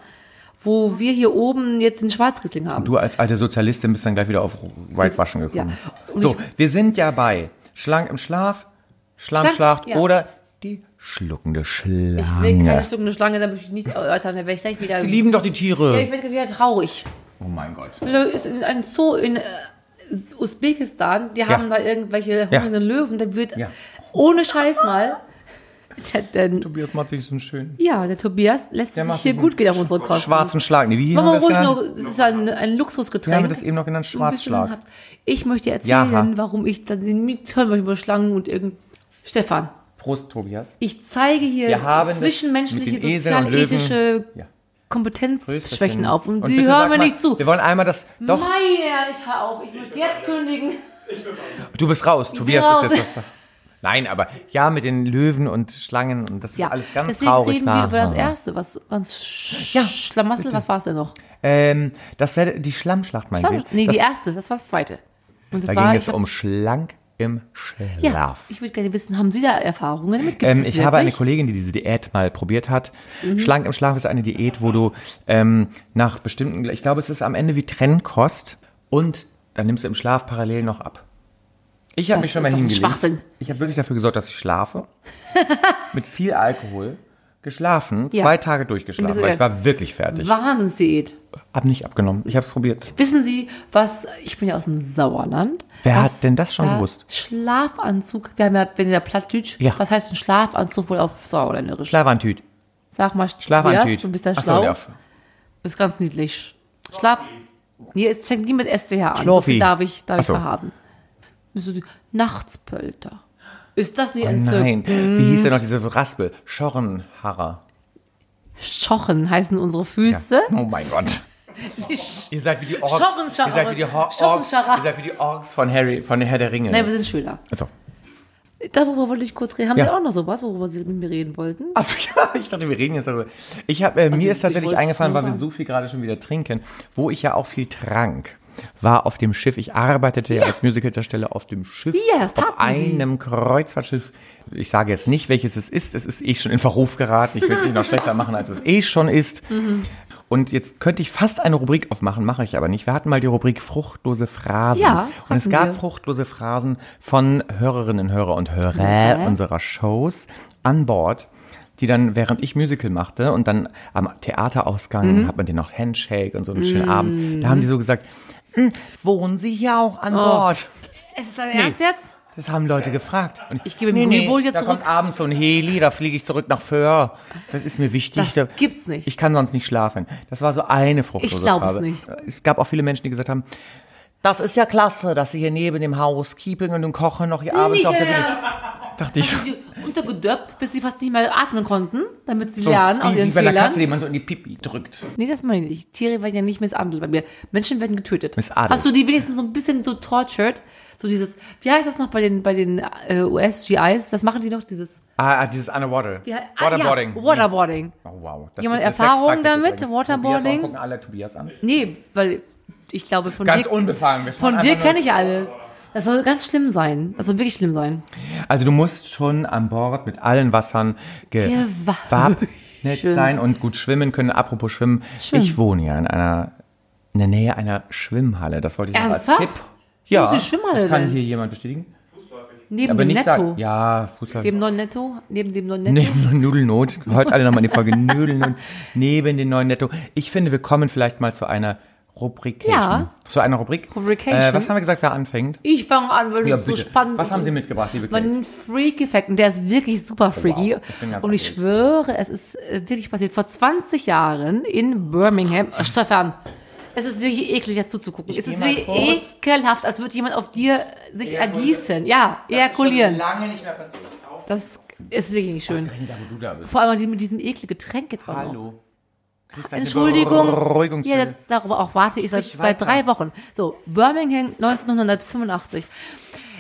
[SPEAKER 2] wo wir hier oben jetzt den Schwarzriesling haben.
[SPEAKER 1] Du als alte Sozialistin bist dann gleich wieder auf Whitewaschen gekommen.
[SPEAKER 2] Ja. Und
[SPEAKER 1] So, wir sind ja bei Schlank im Schlaf, Schlammschlacht
[SPEAKER 2] Schlank- ja.
[SPEAKER 1] oder die schluckende Schlange.
[SPEAKER 2] ich will keine Stunde Schlange, damit ich nicht erörtern, da werde ich gleich wieder.
[SPEAKER 1] Sie lieben doch die
[SPEAKER 2] ich
[SPEAKER 1] Tiere.
[SPEAKER 2] werde wieder traurig.
[SPEAKER 1] Oh mein Gott.
[SPEAKER 2] Da ist in ein Zoo in äh, Usbekistan, die haben da irgendwelche
[SPEAKER 1] Ja.
[SPEAKER 2] hungrigen Löwen, da wird
[SPEAKER 1] Ja.
[SPEAKER 2] ohne Scheiß mal. Der, der,
[SPEAKER 1] Tobias macht sich so einen schönen
[SPEAKER 2] ja, der Tobias lässt
[SPEAKER 1] Der
[SPEAKER 2] es sich
[SPEAKER 1] macht
[SPEAKER 2] hier
[SPEAKER 1] sich
[SPEAKER 2] gut gehen auf unsere Kosten.
[SPEAKER 1] schwarzen Schlag. Nee, wie haben
[SPEAKER 2] Machen
[SPEAKER 1] wir
[SPEAKER 2] wir
[SPEAKER 1] das
[SPEAKER 2] ruhig
[SPEAKER 1] genannt?
[SPEAKER 2] nur, es ist ein, ein Luxusgetränk.
[SPEAKER 1] Wir haben das eben noch genannt,
[SPEAKER 2] Ein bisschen
[SPEAKER 1] Schwarzschlag.
[SPEAKER 2] habt- Ich möchte dir erzählen,
[SPEAKER 1] Jaha.
[SPEAKER 2] warum ich dann nicht hören möchte über Schlangen und irgend. Stefan,
[SPEAKER 1] Prost, Tobias.
[SPEAKER 2] ich zeige hier
[SPEAKER 1] Wir haben das
[SPEAKER 2] zwischenmenschliche,
[SPEAKER 1] mit den Eseln und
[SPEAKER 2] sozial-ethische
[SPEAKER 1] Löwen. Ja.
[SPEAKER 2] Kompetenzschwächen auf und, die
[SPEAKER 1] bitte
[SPEAKER 2] hören
[SPEAKER 1] sag
[SPEAKER 2] mir
[SPEAKER 1] mal,
[SPEAKER 2] nicht zu.
[SPEAKER 1] Wir wollen einmal das. Doch,
[SPEAKER 2] Meine Herren, ich hör auf, ich möchte jetzt kündigen.
[SPEAKER 1] du bist raus. Tobias
[SPEAKER 2] raus.
[SPEAKER 1] ist jetzt was. Nein, aber ja, mit den Löwen und Schlangen und das ist
[SPEAKER 2] Ja,
[SPEAKER 1] alles ganz
[SPEAKER 2] deswegen
[SPEAKER 1] traurig.
[SPEAKER 2] reden wir
[SPEAKER 1] nach-
[SPEAKER 2] über das erste, was ganz sch
[SPEAKER 1] Ja,
[SPEAKER 2] Schlamassel, was war es denn noch?
[SPEAKER 1] Ähm, das wäre die Schlammschlacht, meinen Sie?
[SPEAKER 2] nee,
[SPEAKER 1] das,
[SPEAKER 2] die erste, das war das zweite. Und
[SPEAKER 1] da
[SPEAKER 2] das war,
[SPEAKER 1] ging es
[SPEAKER 2] ich hab's-
[SPEAKER 1] um Schlank im
[SPEAKER 2] Ja,
[SPEAKER 1] Schlaf.
[SPEAKER 2] ich würde gerne wissen, haben Sie da Erfahrungen mit? Gibt's
[SPEAKER 1] ähm,
[SPEAKER 2] das
[SPEAKER 1] ich habe eine
[SPEAKER 2] wirklich? Mhm.
[SPEAKER 1] Kollegin, die diese Diät mal probiert hat. Schlank im Schlaf ist eine Diät, wo du ähm, nach bestimmten, ich glaube, es ist am Ende wie Trennkost, Und dann nimmst du im Schlaf parallel noch ab. Ich habe
[SPEAKER 2] Das
[SPEAKER 1] mich schon
[SPEAKER 2] ist
[SPEAKER 1] mal
[SPEAKER 2] doch ein
[SPEAKER 1] hingelegt.
[SPEAKER 2] Schwachsinn.
[SPEAKER 1] Ich habe wirklich dafür gesorgt, dass ich schlafe. mit viel Alkohol. Geschlafen.
[SPEAKER 2] Ja.
[SPEAKER 1] Zwei Tage durchgeschlafen,
[SPEAKER 2] Wieso
[SPEAKER 1] weil
[SPEAKER 2] denn?
[SPEAKER 1] ich war wirklich fertig.
[SPEAKER 2] Wahnsinnsdiät.
[SPEAKER 1] Hab nicht abgenommen. Ich habe es probiert.
[SPEAKER 2] Wissen Sie, was, ich bin ja aus dem Sauerland.
[SPEAKER 1] Wer
[SPEAKER 2] was
[SPEAKER 1] hat denn das schon
[SPEAKER 2] da
[SPEAKER 1] gewusst?
[SPEAKER 2] Schlafanzug, wir haben ja, wenn Sie da plattdütsch,
[SPEAKER 1] Ja.
[SPEAKER 2] was heißt ein Schlafanzug wohl auf Sauerländerisch?
[SPEAKER 1] Schlafantüt.
[SPEAKER 2] Sag mal,
[SPEAKER 1] Schlafantüt.
[SPEAKER 2] Tobias, du bist ja
[SPEAKER 1] Ach so,
[SPEAKER 2] schlau.
[SPEAKER 1] ja.
[SPEAKER 2] Ist ganz niedlich. Schlaf. Nee, es fängt nie mit SCH an. So
[SPEAKER 1] Schlorfi.
[SPEAKER 2] viel darf ich, darf
[SPEAKER 1] Ach
[SPEAKER 2] ich
[SPEAKER 1] so.
[SPEAKER 2] verraten. So die Nachtspölter. Ist das nicht
[SPEAKER 1] Oh
[SPEAKER 2] ein
[SPEAKER 1] nein. Wie hieß
[SPEAKER 2] mm.
[SPEAKER 1] denn noch diese Raspel? Schorrenharrer.
[SPEAKER 2] Schochen heißen unsere Füße.
[SPEAKER 1] Oh mein Gott. Ihr seid wie die Orks. Ihr
[SPEAKER 2] Schorrenscharrer.
[SPEAKER 1] seid wie die Hor- Orks.
[SPEAKER 2] Schorrenscharrer.
[SPEAKER 1] Ihr seid wie die Orks von Harry, von Herr der Ringe.
[SPEAKER 2] Nein, wir sind Schüler.
[SPEAKER 1] also.
[SPEAKER 2] Darüber wollte ich kurz reden. Haben
[SPEAKER 1] Ja.
[SPEAKER 2] Sie auch noch sowas, worüber Sie mit mir reden wollten?
[SPEAKER 1] Achso, ja, ich dachte, wir reden jetzt darüber. Ich hab, äh, mir ist
[SPEAKER 2] ich
[SPEAKER 1] tatsächlich
[SPEAKER 2] wollt's
[SPEAKER 1] eingefallen,
[SPEAKER 2] nur
[SPEAKER 1] weil wir
[SPEAKER 2] sagen.
[SPEAKER 1] so viel gerade schon wieder trinken, wo ich ja auch viel trank, war auf dem Schiff. Ich arbeitete ja, als Musicaldarsteller auf dem Schiff.
[SPEAKER 2] Ja, das
[SPEAKER 1] auf
[SPEAKER 2] taten Sie.
[SPEAKER 1] einem Kreuzfahrtschiff. Ich sage jetzt nicht, welches es ist. Es ist eh schon in Verruf geraten. Ich will es nicht noch schlechter machen, als es eh schon ist.
[SPEAKER 2] Mhm.
[SPEAKER 1] Und jetzt könnte ich fast eine Rubrik aufmachen, mache ich aber nicht. Wir hatten mal die Rubrik fruchtlose Phrasen.
[SPEAKER 2] Ja,
[SPEAKER 1] und es
[SPEAKER 2] hatten
[SPEAKER 1] gab
[SPEAKER 2] wir.
[SPEAKER 1] fruchtlose Phrasen von Hörerinnen, Hörer und Hörer
[SPEAKER 2] Hörer.
[SPEAKER 1] unserer Shows an Bord, die dann, während ich Musical machte und dann am Theaterausgang hat man den noch Handshake und so einen schönen Abend, da haben die so gesagt, "Hm, wohnen Sie hier auch an Bord?
[SPEAKER 2] Ist es dein Ernst jetzt?
[SPEAKER 1] Das haben Leute gefragt. Und
[SPEAKER 2] Ich gebe mir Grünbohl jetzt
[SPEAKER 1] da
[SPEAKER 2] zurück.
[SPEAKER 1] kommt abends so ein Heli, da fliege ich zurück nach Föhr. Das ist mir wichtig.
[SPEAKER 2] Das
[SPEAKER 1] da,
[SPEAKER 2] gibt's nicht.
[SPEAKER 1] Ich kann sonst nicht schlafen. Das war so eine fruchtlose
[SPEAKER 2] Ich glaub's
[SPEAKER 1] Phase.
[SPEAKER 2] nicht.
[SPEAKER 1] Es gab auch viele Menschen, die gesagt haben, das ist ja klasse, dass Sie hier neben dem Haus Keeping und dem Kochen noch hier abends
[SPEAKER 2] Nicht
[SPEAKER 1] auf der
[SPEAKER 2] dein
[SPEAKER 1] Bühne.
[SPEAKER 2] Ernst.
[SPEAKER 1] Dachte ich so,
[SPEAKER 2] Die untergedöppt, bis sie fast nicht mehr atmen konnten, damit sie
[SPEAKER 1] so
[SPEAKER 2] lernen aus
[SPEAKER 1] wie,
[SPEAKER 2] ihren
[SPEAKER 1] wie bei einer
[SPEAKER 2] Fehlern.
[SPEAKER 1] Katze, die man so in die Pipi drückt.
[SPEAKER 2] Nee, das meine ich nicht. Tiere werden ja nicht misshandelt bei mir. Menschen werden getötet.
[SPEAKER 1] Missadelt.
[SPEAKER 2] Hast du die wenigstens so ein bisschen so tortured? So dieses, wie heißt das noch bei den, bei den äh, US-GIs? Was machen die noch? Dieses
[SPEAKER 1] Ah, ah, dieses Underwater.
[SPEAKER 2] wie, hei- ah,
[SPEAKER 1] Waterboarding.
[SPEAKER 2] Ja, Waterboarding.
[SPEAKER 1] Oh, wow. Das
[SPEAKER 2] Jemand
[SPEAKER 1] eine
[SPEAKER 2] Erfahrung
[SPEAKER 1] Sexpraktik
[SPEAKER 2] damit?
[SPEAKER 1] übrigens.
[SPEAKER 2] Waterboarding?
[SPEAKER 1] Tobias, warum gucken alle Tobias an.
[SPEAKER 2] Nee, weil ich glaube, von
[SPEAKER 1] Ganz
[SPEAKER 2] dir,
[SPEAKER 1] unbefangen. wir schauen
[SPEAKER 2] von dir
[SPEAKER 1] einfach nur
[SPEAKER 2] kenne ich alles. Das soll ganz schlimm sein. Das soll wirklich schlimm sein.
[SPEAKER 1] Also du musst schon an Bord mit allen Wassern gewappnet
[SPEAKER 2] Schön.
[SPEAKER 1] sein und gut schwimmen können. Apropos Schwimmen,
[SPEAKER 2] Schwimmen.
[SPEAKER 1] ich wohne ja in einer in der Nähe einer Schwimmhalle. Das wollte ich
[SPEAKER 2] Ernsthaft?
[SPEAKER 1] noch als Tipp.
[SPEAKER 2] Wo
[SPEAKER 1] Ja,
[SPEAKER 2] ist die Schwimmhalle
[SPEAKER 1] das kann
[SPEAKER 2] denn?
[SPEAKER 1] hier jemand bestätigen.
[SPEAKER 2] Neben
[SPEAKER 1] Aber
[SPEAKER 2] dem
[SPEAKER 1] nicht
[SPEAKER 2] Netto.
[SPEAKER 1] sagen. Ja, Fußball.
[SPEAKER 2] Neben neuen Netto? Neben dem neuen Netto?
[SPEAKER 1] Neben der Nudelnot. Heute alle nochmal die Folge Nudelnot. Neben den neuen Netto. Ich finde, wir kommen vielleicht mal zu einer Rubrication.
[SPEAKER 2] Ja.
[SPEAKER 1] Zu einer Rubrik.
[SPEAKER 2] Rubrication.
[SPEAKER 1] Äh, was haben wir gesagt, wer anfängt?
[SPEAKER 2] Ich fange an, weil
[SPEAKER 1] Ja,
[SPEAKER 2] das so
[SPEAKER 1] bitte.
[SPEAKER 2] spannend
[SPEAKER 1] Was
[SPEAKER 2] ist.
[SPEAKER 1] haben Sie mitgebracht, liebe Kate?
[SPEAKER 2] Mein Freak-Effekt, und der ist wirklich super freaky.
[SPEAKER 1] Oh, Wow, ich bin ganz
[SPEAKER 2] und ich
[SPEAKER 1] aufgeregt.
[SPEAKER 2] schwöre, es ist äh, wirklich passiert. Vor 20 Jahren in Birmingham, äh, Stefan, es ist wirklich eklig, jetzt zuzugucken. es
[SPEAKER 1] geh
[SPEAKER 2] ist
[SPEAKER 1] mal
[SPEAKER 2] wirklich
[SPEAKER 1] kurz.
[SPEAKER 2] ekelhaft, als würde jemand auf dir sich ergießen. Ja, ejakulieren.
[SPEAKER 1] Lange nicht mehr passiert.
[SPEAKER 2] Das ist wirklich nicht schön.
[SPEAKER 1] Da, wo du da bist.
[SPEAKER 2] Vor allem mit diesem ekligen Getränk jetzt auch noch.
[SPEAKER 1] Hallo. Kriegst eine
[SPEAKER 2] Entschuldigung. Ja,
[SPEAKER 1] Beruhigungsstelle.
[SPEAKER 2] jetzt, darüber auch warte ich seit,
[SPEAKER 1] Sprich
[SPEAKER 2] seit
[SPEAKER 1] weiter.
[SPEAKER 2] drei Wochen. So, Birmingham 1985.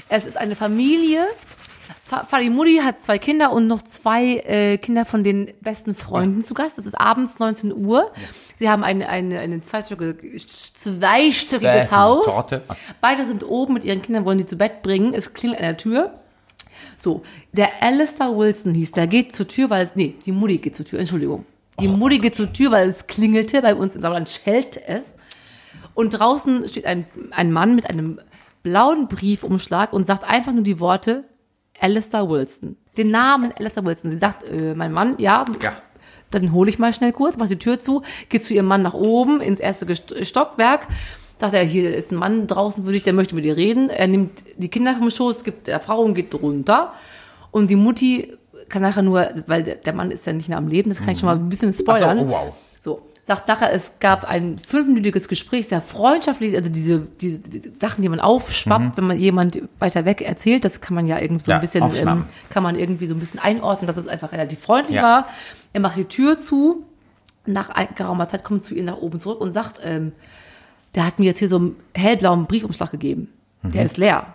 [SPEAKER 2] Es ist eine Familie. Fa- Fadi Mudi hat zwei Kinder und noch zwei äh, Kinder von den besten Freunden zu Gast. Es ist abends 19 Uhr. Sie haben ein, ein, ein zweistöckige, zweistöckiges
[SPEAKER 1] Bäh,
[SPEAKER 2] Haus.
[SPEAKER 1] Torte.
[SPEAKER 2] Beide sind oben mit ihren Kindern, wollen sie zu Bett bringen. Es klingelt an der Tür. So, der Alistair Wilson hieß, der geht zur Tür, weil, nee, die Mutti geht zur Tür, Entschuldigung.
[SPEAKER 1] Oh
[SPEAKER 2] Die Mutti geht zur Tür, weil es klingelte, bei uns in Sauerland schellte es. Und draußen steht ein, ein Mann mit einem blauen Briefumschlag und sagt einfach nur die Worte Alistair Wilson. Den Namen Alistair Wilson. Sie sagt, äh, mein Mann, ja,
[SPEAKER 1] Ja.
[SPEAKER 2] dann hole ich mal schnell kurz, macht die Tür zu, geht zu ihrem Mann nach oben ins erste Gest- Stockwerk. Sagt er, hier ist ein Mann draußen für dich, der möchte mit dir reden. Er nimmt die Kinder vom Schoß, gibt der Frau und geht runter. Und die Mutti kann nachher nur, weil der- der Mann ist ja nicht mehr am Leben, das kann ich schon mal ein bisschen spoilern.
[SPEAKER 1] Ach so, oh wow.
[SPEAKER 2] So, sagt nachher, es gab ein fünfminütiges Gespräch, sehr freundschaftlich, also diese, diese, diese Sachen, die man
[SPEAKER 1] Mhm.
[SPEAKER 2] aufschwappt, wenn man jemand weiter weg erzählt, das kann man ja irgendwie so
[SPEAKER 1] Ja,
[SPEAKER 2] ein bisschen,
[SPEAKER 1] aufschnappen.
[SPEAKER 2] ähm, kann man irgendwie so ein bisschen einordnen, dass es einfach relativ freundlich
[SPEAKER 1] Ja.
[SPEAKER 2] war. Er macht die Tür zu, nach ein- geraumer Zeit kommt zu ihr nach oben zurück und sagt, ähm, der hat mir jetzt hier so einen hellblauen Briefumschlag gegeben. Der
[SPEAKER 1] Mhm.
[SPEAKER 2] ist leer.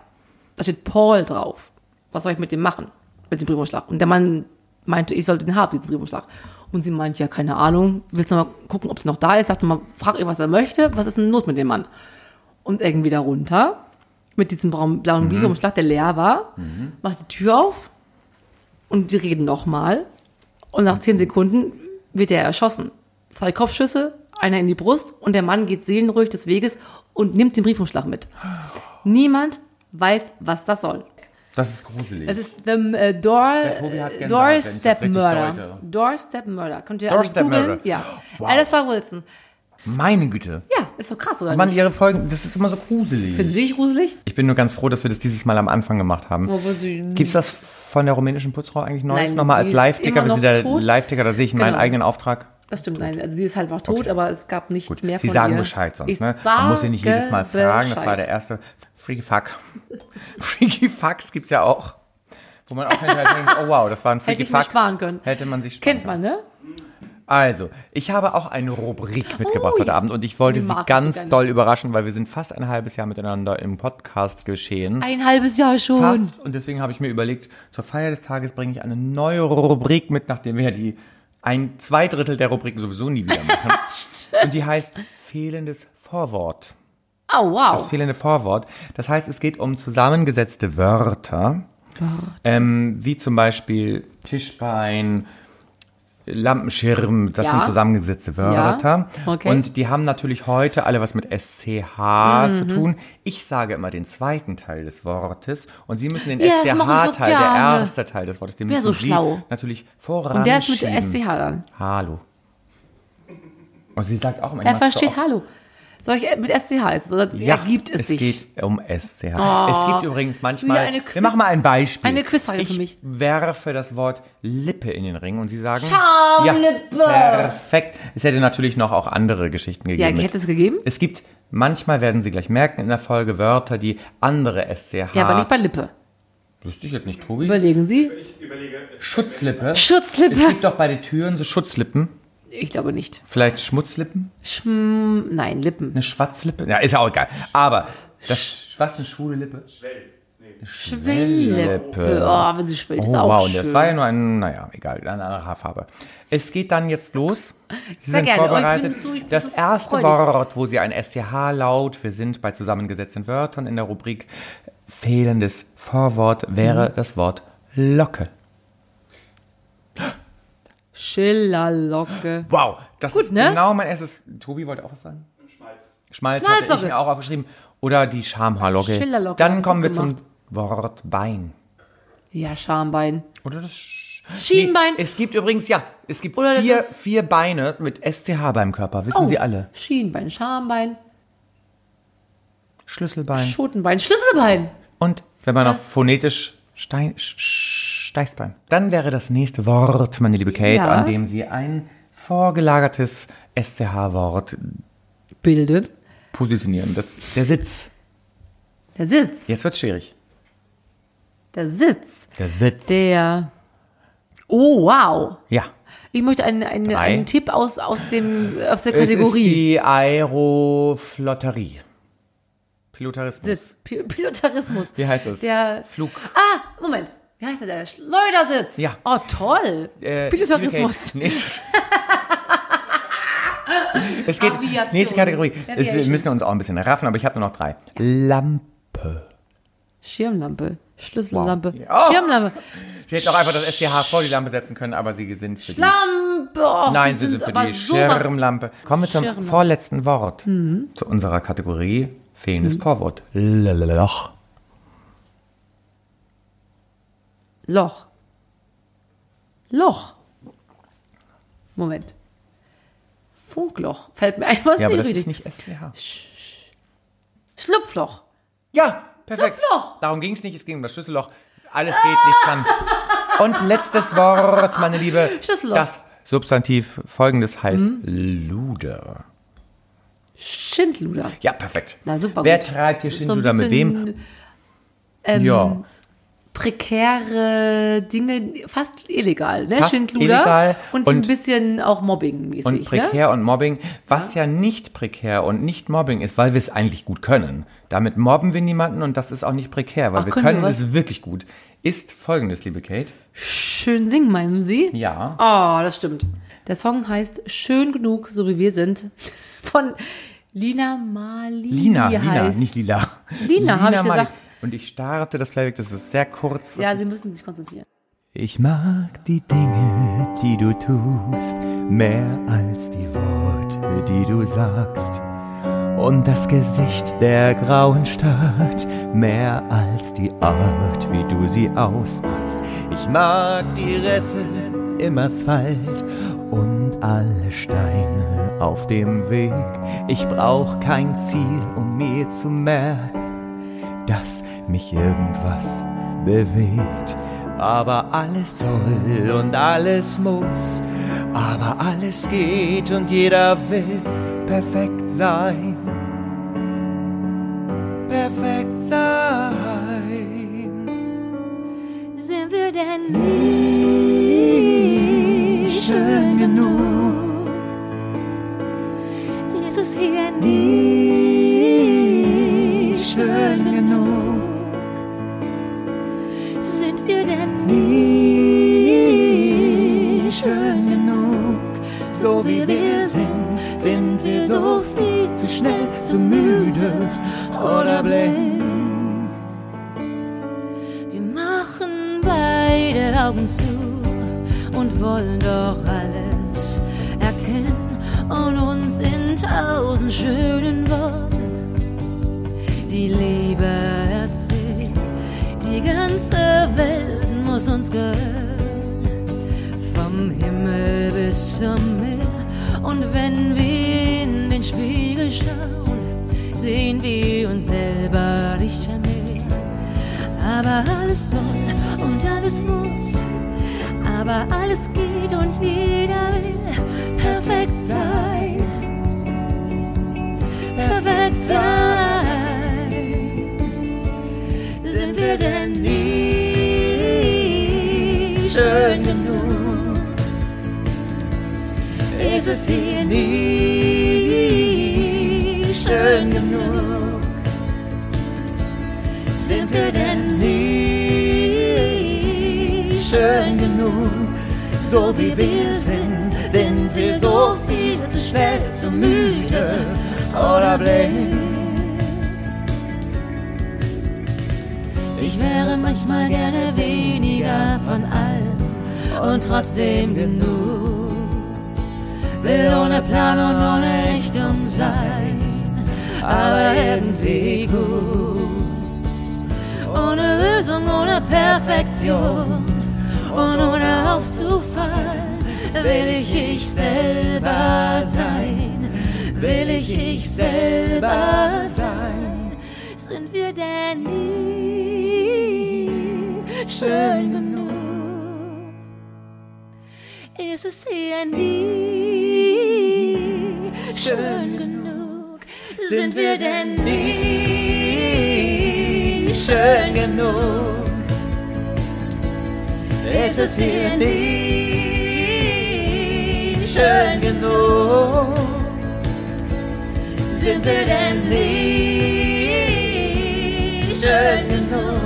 [SPEAKER 2] Da steht Paul drauf. Was soll ich mit dem machen? Mit dem Briefumschlag. Und der Mann meinte, ich sollte den haben, diesen Briefumschlag. Und sie meinte, ja, keine Ahnung. Willst du mal gucken, ob der noch da ist? Sagte mal, frag ihn, was er möchte. Was ist denn los mit dem Mann? Und irgendwie da runter, mit diesem braun-
[SPEAKER 1] Mhm.
[SPEAKER 2] blauen Briefumschlag, der leer war, macht die Tür auf und die reden nochmal. Und nach zehn Sekunden wird er erschossen. Zwei Kopfschüsse, einer in die Brust und der Mann geht seelenruhig des Weges und nimmt den Briefumschlag mit. Niemand weiß, was das soll.
[SPEAKER 1] Das ist gruselig.
[SPEAKER 2] Es ist The äh, Door,
[SPEAKER 1] Tobi hat Gänsehaut,
[SPEAKER 2] Doorstep
[SPEAKER 1] wenn ich das richtig
[SPEAKER 2] Murder.
[SPEAKER 1] deute.
[SPEAKER 2] Doorstep Murder. Könnt ihr
[SPEAKER 1] Doorstep
[SPEAKER 2] alles googeln?
[SPEAKER 1] Murder.
[SPEAKER 2] Ja.
[SPEAKER 1] Wow.
[SPEAKER 2] Alistair Wilson.
[SPEAKER 1] Meine Güte.
[SPEAKER 2] Ja, ist so krass, oder?
[SPEAKER 1] Mann,
[SPEAKER 2] nicht?
[SPEAKER 1] ihre Folgen, das ist immer so
[SPEAKER 2] Findest
[SPEAKER 1] gruselig.
[SPEAKER 2] du wirklich gruselig?
[SPEAKER 1] Ich bin nur ganz froh, dass wir das dieses Mal am Anfang gemacht haben.
[SPEAKER 2] Obwohl sie-
[SPEAKER 1] Gibt's das von der rumänischen Putzfrau eigentlich Neues
[SPEAKER 2] Nein,
[SPEAKER 1] nochmal
[SPEAKER 2] die
[SPEAKER 1] als
[SPEAKER 2] ist
[SPEAKER 1] Live-Ticker?
[SPEAKER 2] immer
[SPEAKER 1] Wir
[SPEAKER 2] noch
[SPEAKER 1] sind der
[SPEAKER 2] tot.
[SPEAKER 1] Live-Ticker, da sehe ich meinen
[SPEAKER 2] Genau.
[SPEAKER 1] eigenen Auftrag.
[SPEAKER 2] Das stimmt, nein. Also sie ist halt einfach tot, aber es gab nicht
[SPEAKER 1] Gut,
[SPEAKER 2] mehr
[SPEAKER 1] Sie
[SPEAKER 2] von
[SPEAKER 1] sagen
[SPEAKER 2] ihr.
[SPEAKER 1] Bescheid sonst,
[SPEAKER 2] ich
[SPEAKER 1] ne? Man muss sie
[SPEAKER 2] sage
[SPEAKER 1] nicht jedes Mal fragen. Das war
[SPEAKER 2] Bescheid.
[SPEAKER 1] der erste Freaky Fuck. Freaky Fucks gibt's ja auch. Wo man auch hinterher denkt, oh wow, das war ein Freaky
[SPEAKER 2] ich mir
[SPEAKER 1] Fuck.
[SPEAKER 2] sparen können.
[SPEAKER 1] Hätte man sich sparen
[SPEAKER 2] Kennt man, ne?
[SPEAKER 1] Also, ich habe auch eine Rubrik mitgebracht
[SPEAKER 2] Oh
[SPEAKER 1] heute
[SPEAKER 2] ja.
[SPEAKER 1] Abend und ich wollte
[SPEAKER 2] Mag
[SPEAKER 1] Sie
[SPEAKER 2] ich so
[SPEAKER 1] ganz
[SPEAKER 2] gerne.
[SPEAKER 1] doll überraschen, weil wir sind fast ein halbes Jahr miteinander im Podcast geschehen.
[SPEAKER 2] Ein halbes Jahr schon.
[SPEAKER 1] Fast. Und deswegen habe ich mir überlegt, zur Feier des Tages bringe ich eine neue Rubrik mit, nachdem wir ja die ein zwei Drittel der Rubriken sowieso nie wieder machen. und die heißt fehlendes Vorwort.
[SPEAKER 2] Oh, wow.
[SPEAKER 1] Das fehlende Vorwort. Das heißt, es geht um zusammengesetzte Wörter. Ähm, wie zum Beispiel Tischbein, Lampenschirm, das
[SPEAKER 2] Ja.
[SPEAKER 1] sind zusammengesetzte Wörter.
[SPEAKER 2] Ja, okay.
[SPEAKER 1] Und die haben natürlich heute alle was mit SCH
[SPEAKER 2] Mhm.
[SPEAKER 1] zu tun. Ich sage immer den zweiten Teil des Wortes und Sie müssen den
[SPEAKER 2] Ja, das mache ich so
[SPEAKER 1] SCH-Teil, der
[SPEAKER 2] gerne.
[SPEAKER 1] erste Teil des Wortes, den
[SPEAKER 2] Wär
[SPEAKER 1] müssen
[SPEAKER 2] so
[SPEAKER 1] Sie
[SPEAKER 2] schlau.
[SPEAKER 1] natürlich voranschieben.
[SPEAKER 2] Und der ist mit SCH dann.
[SPEAKER 1] Hallo. Und sie sagt auch immer, ich
[SPEAKER 2] Er
[SPEAKER 1] mach's so
[SPEAKER 2] versteht
[SPEAKER 1] oft.
[SPEAKER 2] Hallo. Soll ich äh, mit SCH ist es, oder ergibt es, sich?
[SPEAKER 1] geht um SCH. es gibt übrigens manchmal.
[SPEAKER 2] wieder eine Quiz-
[SPEAKER 1] wir machen mal ein Beispiel.
[SPEAKER 2] eine Quizfrage
[SPEAKER 1] ich
[SPEAKER 2] für mich.
[SPEAKER 1] werfe das Wort Lippe in den Ring und Sie sagen.
[SPEAKER 2] Schamlippe.
[SPEAKER 1] perfekt. Es hätte natürlich noch auch andere Geschichten
[SPEAKER 2] Ja,
[SPEAKER 1] gegeben. mit-
[SPEAKER 2] hätte es gegeben?
[SPEAKER 1] es gibt. Manchmal werden Sie gleich merken in der Folge Wörter, die andere SCH.
[SPEAKER 2] Ja, aber nicht bei Lippe.
[SPEAKER 1] Wüsste ich jetzt nicht, Tobi.
[SPEAKER 2] Überlegen Sie.
[SPEAKER 4] Ich überlege, es-
[SPEAKER 1] Schutzlippe. Es
[SPEAKER 2] Schutzlippe.
[SPEAKER 1] gibt doch bei den Türen so Schutzlippen.
[SPEAKER 2] Ich glaube nicht.
[SPEAKER 1] Vielleicht Schmutzlippen?
[SPEAKER 2] Schm, nein, Lippen.
[SPEAKER 1] Eine Schwatzlippe? Ja, ist ja auch egal. Aber, das, was, eine schwule Lippe?
[SPEAKER 4] Schwell. Nee.
[SPEAKER 2] Schwelllippe. Oh, wenn sie schwillt, ist
[SPEAKER 1] Oh,
[SPEAKER 2] auch
[SPEAKER 1] wow, und
[SPEAKER 2] schön.
[SPEAKER 1] das war ja nur ein, naja, egal, eine andere Haarfarbe. Es geht dann jetzt los. Sie
[SPEAKER 2] Sehr
[SPEAKER 1] sind
[SPEAKER 2] gerne. Oh, ich bin
[SPEAKER 1] vorbereitet.
[SPEAKER 2] so- ich bin
[SPEAKER 1] das
[SPEAKER 2] so
[SPEAKER 1] erste
[SPEAKER 2] freudig.
[SPEAKER 1] Wort, wo Sie ein SCH laut, wir sind bei zusammengesetzten Wörtern in der Rubrik fehlendes Vorwort, wäre
[SPEAKER 2] Mhm.
[SPEAKER 1] das Wort Locke.
[SPEAKER 2] Schillerlocke.
[SPEAKER 1] Wow, das ist
[SPEAKER 2] ne?
[SPEAKER 1] genau mein erstes. Tobi wollte auch was sagen?
[SPEAKER 4] Schmalz.
[SPEAKER 1] Schmalz hatte ich
[SPEAKER 2] Schmalzlocke.
[SPEAKER 1] mir auch aufgeschrieben. Oder die Schamhaarlocke.
[SPEAKER 2] Schillerlocke,
[SPEAKER 1] Dann
[SPEAKER 2] gut
[SPEAKER 1] kommen wir
[SPEAKER 2] gemacht.
[SPEAKER 1] zum Wort Bein.
[SPEAKER 2] Ja, Schambein.
[SPEAKER 1] Oder das
[SPEAKER 2] Schienbein.
[SPEAKER 1] Nee, es gibt übrigens, ja, es gibt
[SPEAKER 2] Oder das
[SPEAKER 1] vier,
[SPEAKER 2] ist-
[SPEAKER 1] vier Beine mit SCH beim Körper, wissen
[SPEAKER 2] Oh,
[SPEAKER 1] Sie alle.
[SPEAKER 2] Schienbein, Schambein,
[SPEAKER 1] Schlüsselbein.
[SPEAKER 2] Schotenbein, Schlüsselbein.
[SPEAKER 1] Und wenn man noch
[SPEAKER 2] Das-
[SPEAKER 1] phonetisch Stein, Sch- Sch- Steißbein. Dann wäre das nächste Wort, meine liebe Kate,
[SPEAKER 2] Ja.
[SPEAKER 1] an dem Sie ein vorgelagertes SCH-Wort
[SPEAKER 2] Bildet.
[SPEAKER 1] positionieren. Das ist der Sitz.
[SPEAKER 2] Der Sitz.
[SPEAKER 1] Jetzt wird's schwierig.
[SPEAKER 2] Der Sitz.
[SPEAKER 1] Der Sitz.
[SPEAKER 2] Der. Oh, wow.
[SPEAKER 1] Ja.
[SPEAKER 2] Ich möchte einen, einen,
[SPEAKER 1] Drei.
[SPEAKER 2] einen Tipp aus, aus, dem, aus der
[SPEAKER 1] Es ist
[SPEAKER 2] Kategorie.
[SPEAKER 1] die Aeroflotterie. Pilotarismus.
[SPEAKER 2] Sitz. Pi- Pilotarismus.
[SPEAKER 1] Wie heißt das?
[SPEAKER 2] Der.
[SPEAKER 1] Flug.
[SPEAKER 2] Ah, Moment. Wie heißt der? Der Schleudersitz.
[SPEAKER 1] Ja.
[SPEAKER 2] Oh, toll.
[SPEAKER 1] Äh,
[SPEAKER 2] Pilotarismus.
[SPEAKER 1] okay, nächstes. es geht.
[SPEAKER 2] Aviation.
[SPEAKER 1] Nächste Kategorie. Es, wir
[SPEAKER 2] Aviation.
[SPEAKER 1] müssen uns auch ein bisschen raffen, aber ich habe nur noch drei. Lampe.
[SPEAKER 2] Schirmlampe. Schlüssellampe.
[SPEAKER 1] Ja. Oh.
[SPEAKER 2] Schirmlampe.
[SPEAKER 1] Sie hätten auch einfach das STH vor die Lampe setzen können, aber sie sind für die.
[SPEAKER 2] Lampe. Oh,
[SPEAKER 1] Nein,
[SPEAKER 2] sie
[SPEAKER 1] sie sind für
[SPEAKER 2] aber
[SPEAKER 1] die
[SPEAKER 2] sowas-
[SPEAKER 1] Schirmlampe. Kommen wir zum
[SPEAKER 2] Schirmlampe. Mhm.
[SPEAKER 1] vorletzten Wort. Zu unserer Kategorie fehlendes Vorwort. Loch.
[SPEAKER 2] Loch. Loch. Moment. Funkloch. Fällt mir ein, was
[SPEAKER 1] Ja, aber
[SPEAKER 2] nicht
[SPEAKER 1] das ist nicht
[SPEAKER 2] richtig.
[SPEAKER 1] STH.
[SPEAKER 2] Schlupfloch.
[SPEAKER 1] Ja, perfekt.
[SPEAKER 2] Schlupfloch.
[SPEAKER 1] Darum ging es nicht, es ging um das Schlüsselloch. Alles geht, nichts kann. Und letztes Wort, meine Liebe.
[SPEAKER 2] Schlüsselloch. Mhm.
[SPEAKER 1] Das Substantiv folgendes heißt Luder.
[SPEAKER 2] Schindluder.
[SPEAKER 1] Ja, perfekt.
[SPEAKER 2] Na, super
[SPEAKER 1] Wer
[SPEAKER 2] gut.
[SPEAKER 1] treibt hier
[SPEAKER 2] Ist so ein
[SPEAKER 1] Schindluder mit wem?
[SPEAKER 2] bisschen Ähm,
[SPEAKER 1] ja,
[SPEAKER 2] Prekäre Dinge, fast illegal, ne?
[SPEAKER 1] Fast
[SPEAKER 2] Schindluder.
[SPEAKER 1] illegal
[SPEAKER 2] und, ein
[SPEAKER 1] und-
[SPEAKER 2] bisschen auch Mobbing-mäßig.
[SPEAKER 1] und
[SPEAKER 2] ne?
[SPEAKER 1] prekär und Mobbing, was ja. nicht prekär und nicht Mobbing ist, weil wir es eigentlich gut können. Damit mobben wir niemanden und das ist auch nicht prekär, weil
[SPEAKER 2] Ach,
[SPEAKER 1] wir
[SPEAKER 2] können wir
[SPEAKER 1] können
[SPEAKER 2] was?
[SPEAKER 1] es wirklich gut. Ist folgendes, liebe Kate.
[SPEAKER 2] Schön singen, meinen Sie?
[SPEAKER 1] Ja.
[SPEAKER 2] Oh, das stimmt. Der Song heißt Schön genug, so wie wir sind. Von Lina Mali.
[SPEAKER 1] Lina, Lina,
[SPEAKER 2] heißt-
[SPEAKER 1] nicht Lila.
[SPEAKER 2] Lina, hab ich
[SPEAKER 1] Malik.
[SPEAKER 2] gesagt.
[SPEAKER 1] Und ich starte das Playback, das ist sehr kurz.
[SPEAKER 2] Ja, Sie müssen sich konzentrieren.
[SPEAKER 3] Ich mag die Dinge, die du tust, mehr als die Worte,
[SPEAKER 1] Worte, die du sagst. Und das Gesicht der grauen Stadt mehr als die Art, wie du sie ausmalst. Ich mag die Risse im Asphalt und alle Steine auf dem Weg. Ich brauch kein Ziel, um mir zu merken, dass mich irgendwas bewegt. Aber alles soll und alles muss, aber alles geht und jeder will perfekt sein. Perfekt sein.
[SPEAKER 2] Sind wir denn nie schön genug? Ist es hier nie schön genug? Sind wir denn nie schön genug? So wie wir sind, sind wir so viel zu schnell, zu müde oder blind. Wir machen beide Augen zu und wollen doch alles erkennen und uns in tausend schönen Worten die Liebe erzählen. Die ganze Welt muss uns gehören, vom Himmel bis zum Meer. Und wenn wir in den Spiegel schauen, sehen wir uns selber nicht mehr. Aber alles soll und alles muss. Aber alles geht und jeder will perfekt sein. Perfekt sein. Sind wir denn nie schön genug? Ist es hier nie schön genug? sind wir denn nie schön genug? So wie wir sind, sind wir so viel zu schnell, zu müde oder blind. Ich wäre manchmal gerne weniger von allem und trotzdem genug will ohne Plan und ohne Richtung sein, aber irgendwie gut. Ohne Lösung, ohne Perfektion und ohne aufzufallen, will ich ich selber sein, will ich ich selber sein. Sind wir denn nie schön genug? ist es hier nie schön genug? Sind wir denn nie schön genug? Ist es hier nie schön genug? Sind wir denn nie schön genug?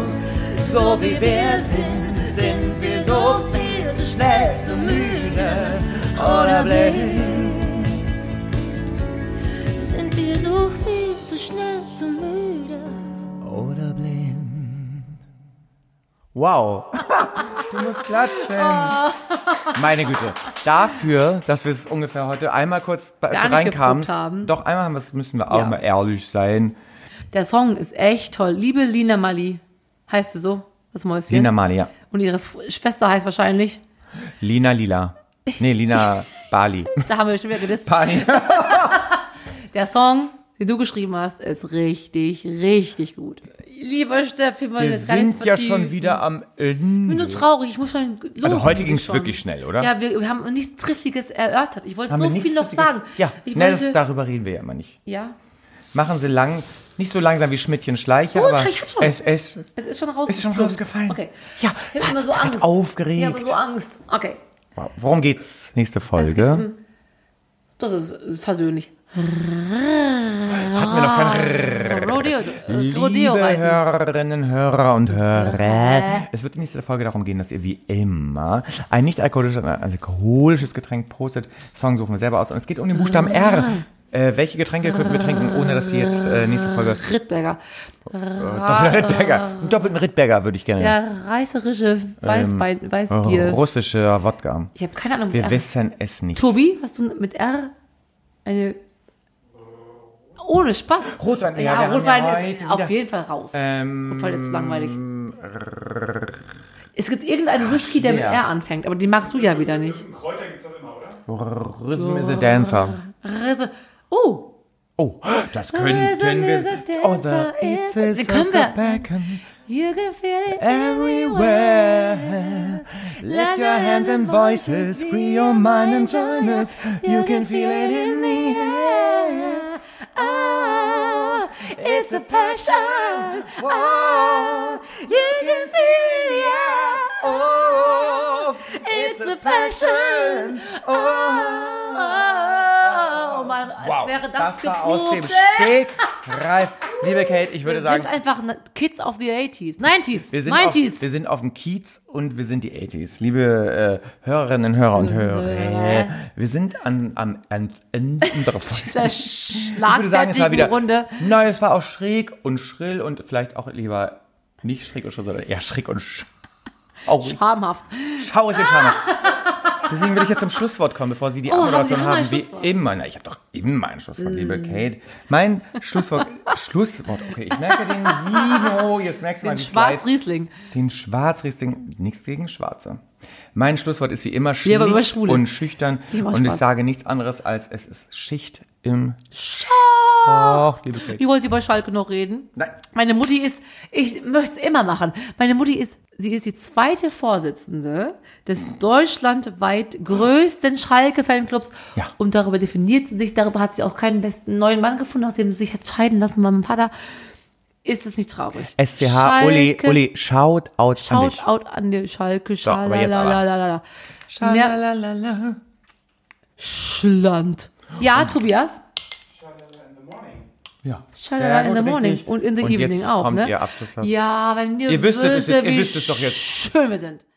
[SPEAKER 2] So wie wir sind, sind wir so viel zu schnell, zu müde oder blind. Sind wir so viel zu schnell, zu müde?
[SPEAKER 1] Oder blind. Wow. Du musst klatschen. Meine Güte. Dafür, dass wir es ungefähr heute einmal kurz bei,
[SPEAKER 5] Gar nicht
[SPEAKER 1] reinkamen.
[SPEAKER 5] geprobt haben.
[SPEAKER 1] Doch einmal haben wir es, müssen wir auch
[SPEAKER 5] Ja.
[SPEAKER 1] mal ehrlich sein.
[SPEAKER 5] Der Song ist echt toll. Liebe Lina Mali, heißt sie so, das Mäuschen.
[SPEAKER 1] Lina Malia.
[SPEAKER 5] Und ihre F- Schwester heißt wahrscheinlich,
[SPEAKER 1] Lina Lila. Nee, Lina Bali.
[SPEAKER 5] da haben wir schon wieder gedisst.
[SPEAKER 1] Bali.
[SPEAKER 5] Der Song, den du geschrieben hast, ist richtig, richtig gut. Lieber Steff, wir wollen
[SPEAKER 1] Wir
[SPEAKER 5] jetzt gar nichts
[SPEAKER 1] sind ja schon
[SPEAKER 5] vertiefen.
[SPEAKER 1] wieder am
[SPEAKER 5] Ich
[SPEAKER 1] Ende.
[SPEAKER 5] bin so traurig, ich muss schon los.
[SPEAKER 1] Also heute
[SPEAKER 5] Ich
[SPEAKER 1] ging es
[SPEAKER 5] schon.
[SPEAKER 1] wirklich schnell, oder?
[SPEAKER 5] Ja, wir, wir haben nichts Triftiges erörtert. Ich wollte
[SPEAKER 1] Haben
[SPEAKER 5] so
[SPEAKER 1] wir nichts
[SPEAKER 5] viel noch
[SPEAKER 1] Richtiges-
[SPEAKER 5] sagen.
[SPEAKER 1] Ja,
[SPEAKER 5] ich
[SPEAKER 1] ne,
[SPEAKER 5] wollte,
[SPEAKER 1] das, darüber reden wir ja immer nicht.
[SPEAKER 5] ja,
[SPEAKER 1] Machen Sie lang, nicht so langsam wie Schmidtchen Schleicher,
[SPEAKER 5] Gut,
[SPEAKER 1] aber
[SPEAKER 5] Oh, ich hab schon.
[SPEAKER 1] es, es
[SPEAKER 5] es ist schon raus.
[SPEAKER 1] ist schon rausgefallen.
[SPEAKER 5] Okay.
[SPEAKER 1] Ja, halt
[SPEAKER 5] Ich habe immer so
[SPEAKER 1] war
[SPEAKER 5] Angst.
[SPEAKER 1] aufgeregt.
[SPEAKER 5] Ich habe so Angst. Okay.
[SPEAKER 1] Wow, Worum geht's? Nächste
[SPEAKER 5] Es gibt
[SPEAKER 1] Folge.
[SPEAKER 5] ein- Das ist versöhnlich.
[SPEAKER 1] Hatten wir noch keinen
[SPEAKER 5] Rodeo, äh, Rodeo
[SPEAKER 1] Liebe
[SPEAKER 5] reiten.
[SPEAKER 1] Hörerinnen, Hörer und Hörer, es wird in nächster Folge darum gehen, dass ihr wie immer ein nicht alkoholisches, ein alkoholisches Getränk postet. Song suchen wir selber aus. Und es geht um den Buchstaben R. Äh, welche Getränke könnten wir trinken, ohne dass die jetzt äh, nächste Folge
[SPEAKER 2] Ah.
[SPEAKER 5] Rittberger.
[SPEAKER 1] Doppelten Rittberger. Einen doppelten Rittberger würde ich gerne.
[SPEAKER 5] Der reißerische Weißwein, Weißbier.
[SPEAKER 1] Russischer Wodka.
[SPEAKER 2] äh,
[SPEAKER 5] ich habe keine Ahnung.
[SPEAKER 1] Ähm, oh, Wir
[SPEAKER 5] R.
[SPEAKER 1] wissen es nicht.
[SPEAKER 5] Tobi, hast du mit R eine
[SPEAKER 2] Ohne Spaß.
[SPEAKER 1] Rotwein, ja,
[SPEAKER 2] ja,
[SPEAKER 1] wir haben
[SPEAKER 2] Rotwein
[SPEAKER 1] ja
[SPEAKER 2] ist
[SPEAKER 1] heute
[SPEAKER 2] auf
[SPEAKER 1] wieder-
[SPEAKER 2] jeden Fall raus.
[SPEAKER 1] Ähm,
[SPEAKER 2] Rotwein ist zu langweilig. Es gibt irgendeinen Whisky, der mit
[SPEAKER 1] schwer.
[SPEAKER 2] R anfängt, aber den magst du ja wieder nicht.
[SPEAKER 4] Kräuter gibt's doch immer, oder?
[SPEAKER 1] Rhythm is a Dancer.
[SPEAKER 2] Rese- Oh,
[SPEAKER 1] Oh, das können, können wir.
[SPEAKER 2] Rhythm is a
[SPEAKER 1] Oh, the
[SPEAKER 2] dancer,
[SPEAKER 1] it's
[SPEAKER 2] it's a-
[SPEAKER 1] a
[SPEAKER 2] Den können wir.
[SPEAKER 1] Beckham
[SPEAKER 2] you can feel it
[SPEAKER 1] Ähm, everywhere. Lift your hands and voices, free your mind and join us. You can feel it in the air.
[SPEAKER 2] Ah, it's a passion.
[SPEAKER 1] Oh,
[SPEAKER 2] You can feel it in the air.
[SPEAKER 1] oh,
[SPEAKER 2] It's a passion. Oh, oh mein, als
[SPEAKER 1] Wow,
[SPEAKER 2] wäre das,
[SPEAKER 1] war aus dem
[SPEAKER 2] geprobt.
[SPEAKER 1] Stegreif. Liebe Kate, ich würde
[SPEAKER 2] Wir sind
[SPEAKER 1] sagen,
[SPEAKER 2] einfach ne- Kids of the 80s. 90s.
[SPEAKER 1] wir sind, auf,
[SPEAKER 2] 90s.
[SPEAKER 1] wir sind auf dem Kiez und wir sind die 80s. Liebe äh, Hörerinnen, Hörer und Hörer, wir sind an, am an, an unserer Folge.
[SPEAKER 2] der
[SPEAKER 1] Ich würde sagen, es war
[SPEAKER 2] schlagfertigen
[SPEAKER 1] wieder.
[SPEAKER 2] Runde.
[SPEAKER 1] Nein, es war auch schräg und schrill und vielleicht auch lieber nicht schräg und schrill, sondern eher schräg und sch auch
[SPEAKER 2] Schamhaft.
[SPEAKER 1] schaurig und schamhaft. Deswegen will ich jetzt zum Schlusswort kommen, bevor Sie die
[SPEAKER 2] Oh, haben Sie
[SPEAKER 1] Abmoderation
[SPEAKER 2] immer ein
[SPEAKER 1] haben, wie
[SPEAKER 2] Schlusswort? Mm.
[SPEAKER 1] immer. Na, ich habe doch immer ein Schlusswort, liebe Kate. Mein Schlusswort, Schlusswort, okay, ich merke den Vino, jetzt merkst du mal,
[SPEAKER 2] Den
[SPEAKER 1] wie es leid-
[SPEAKER 2] Schwarzriesling.
[SPEAKER 1] den Schwarzriesling, nichts gegen Schwarze. Mein Schlusswort ist wie immer
[SPEAKER 2] Ja, aber über
[SPEAKER 1] schlicht
[SPEAKER 2] Schwule.
[SPEAKER 1] und schüchtern.
[SPEAKER 2] Ich mach
[SPEAKER 1] und ich
[SPEAKER 2] Spaß.
[SPEAKER 1] sage nichts anderes als, es ist Schicht im
[SPEAKER 2] Schau.
[SPEAKER 1] Doch, liebe Kate.
[SPEAKER 2] Ihr wollt über Schalke noch reden?
[SPEAKER 1] Nein.
[SPEAKER 2] Meine Mutti ist, ich möchte es immer machen. Meine Mutti ist, sie ist die zweite Vorsitzende des deutschlandweit größten Schalke-Fanclubs.
[SPEAKER 1] Ja.
[SPEAKER 2] Und darüber definiert sie sich, darüber hat sie auch keinen besten neuen Mann gefunden, nachdem sie sich hat scheiden lassen mit meinem Vater. Ist es nicht traurig?
[SPEAKER 1] SCH, Uli,
[SPEAKER 2] Schalke,
[SPEAKER 1] Uli, shout out an dich.
[SPEAKER 2] Shout out an die Schalke,
[SPEAKER 1] So, aber jetzt aber.
[SPEAKER 2] schalalalala. Mehr Schland. Ja, Tobias.
[SPEAKER 4] Schalala in the morning.
[SPEAKER 1] Ja. Sehr
[SPEAKER 2] Schalala in
[SPEAKER 1] gut,
[SPEAKER 2] the morning
[SPEAKER 1] richtig.
[SPEAKER 2] und in the
[SPEAKER 1] Und
[SPEAKER 2] evening
[SPEAKER 1] jetzt
[SPEAKER 2] auch,
[SPEAKER 1] kommt
[SPEAKER 2] ne?
[SPEAKER 1] Ihr Abschlusssatz.
[SPEAKER 2] Ja, wenn ihr,
[SPEAKER 1] Ihr wisst es
[SPEAKER 2] wüsstet,
[SPEAKER 1] jetzt, ihr
[SPEAKER 2] wie
[SPEAKER 1] wisst es doch jetzt.
[SPEAKER 2] schön wir sind.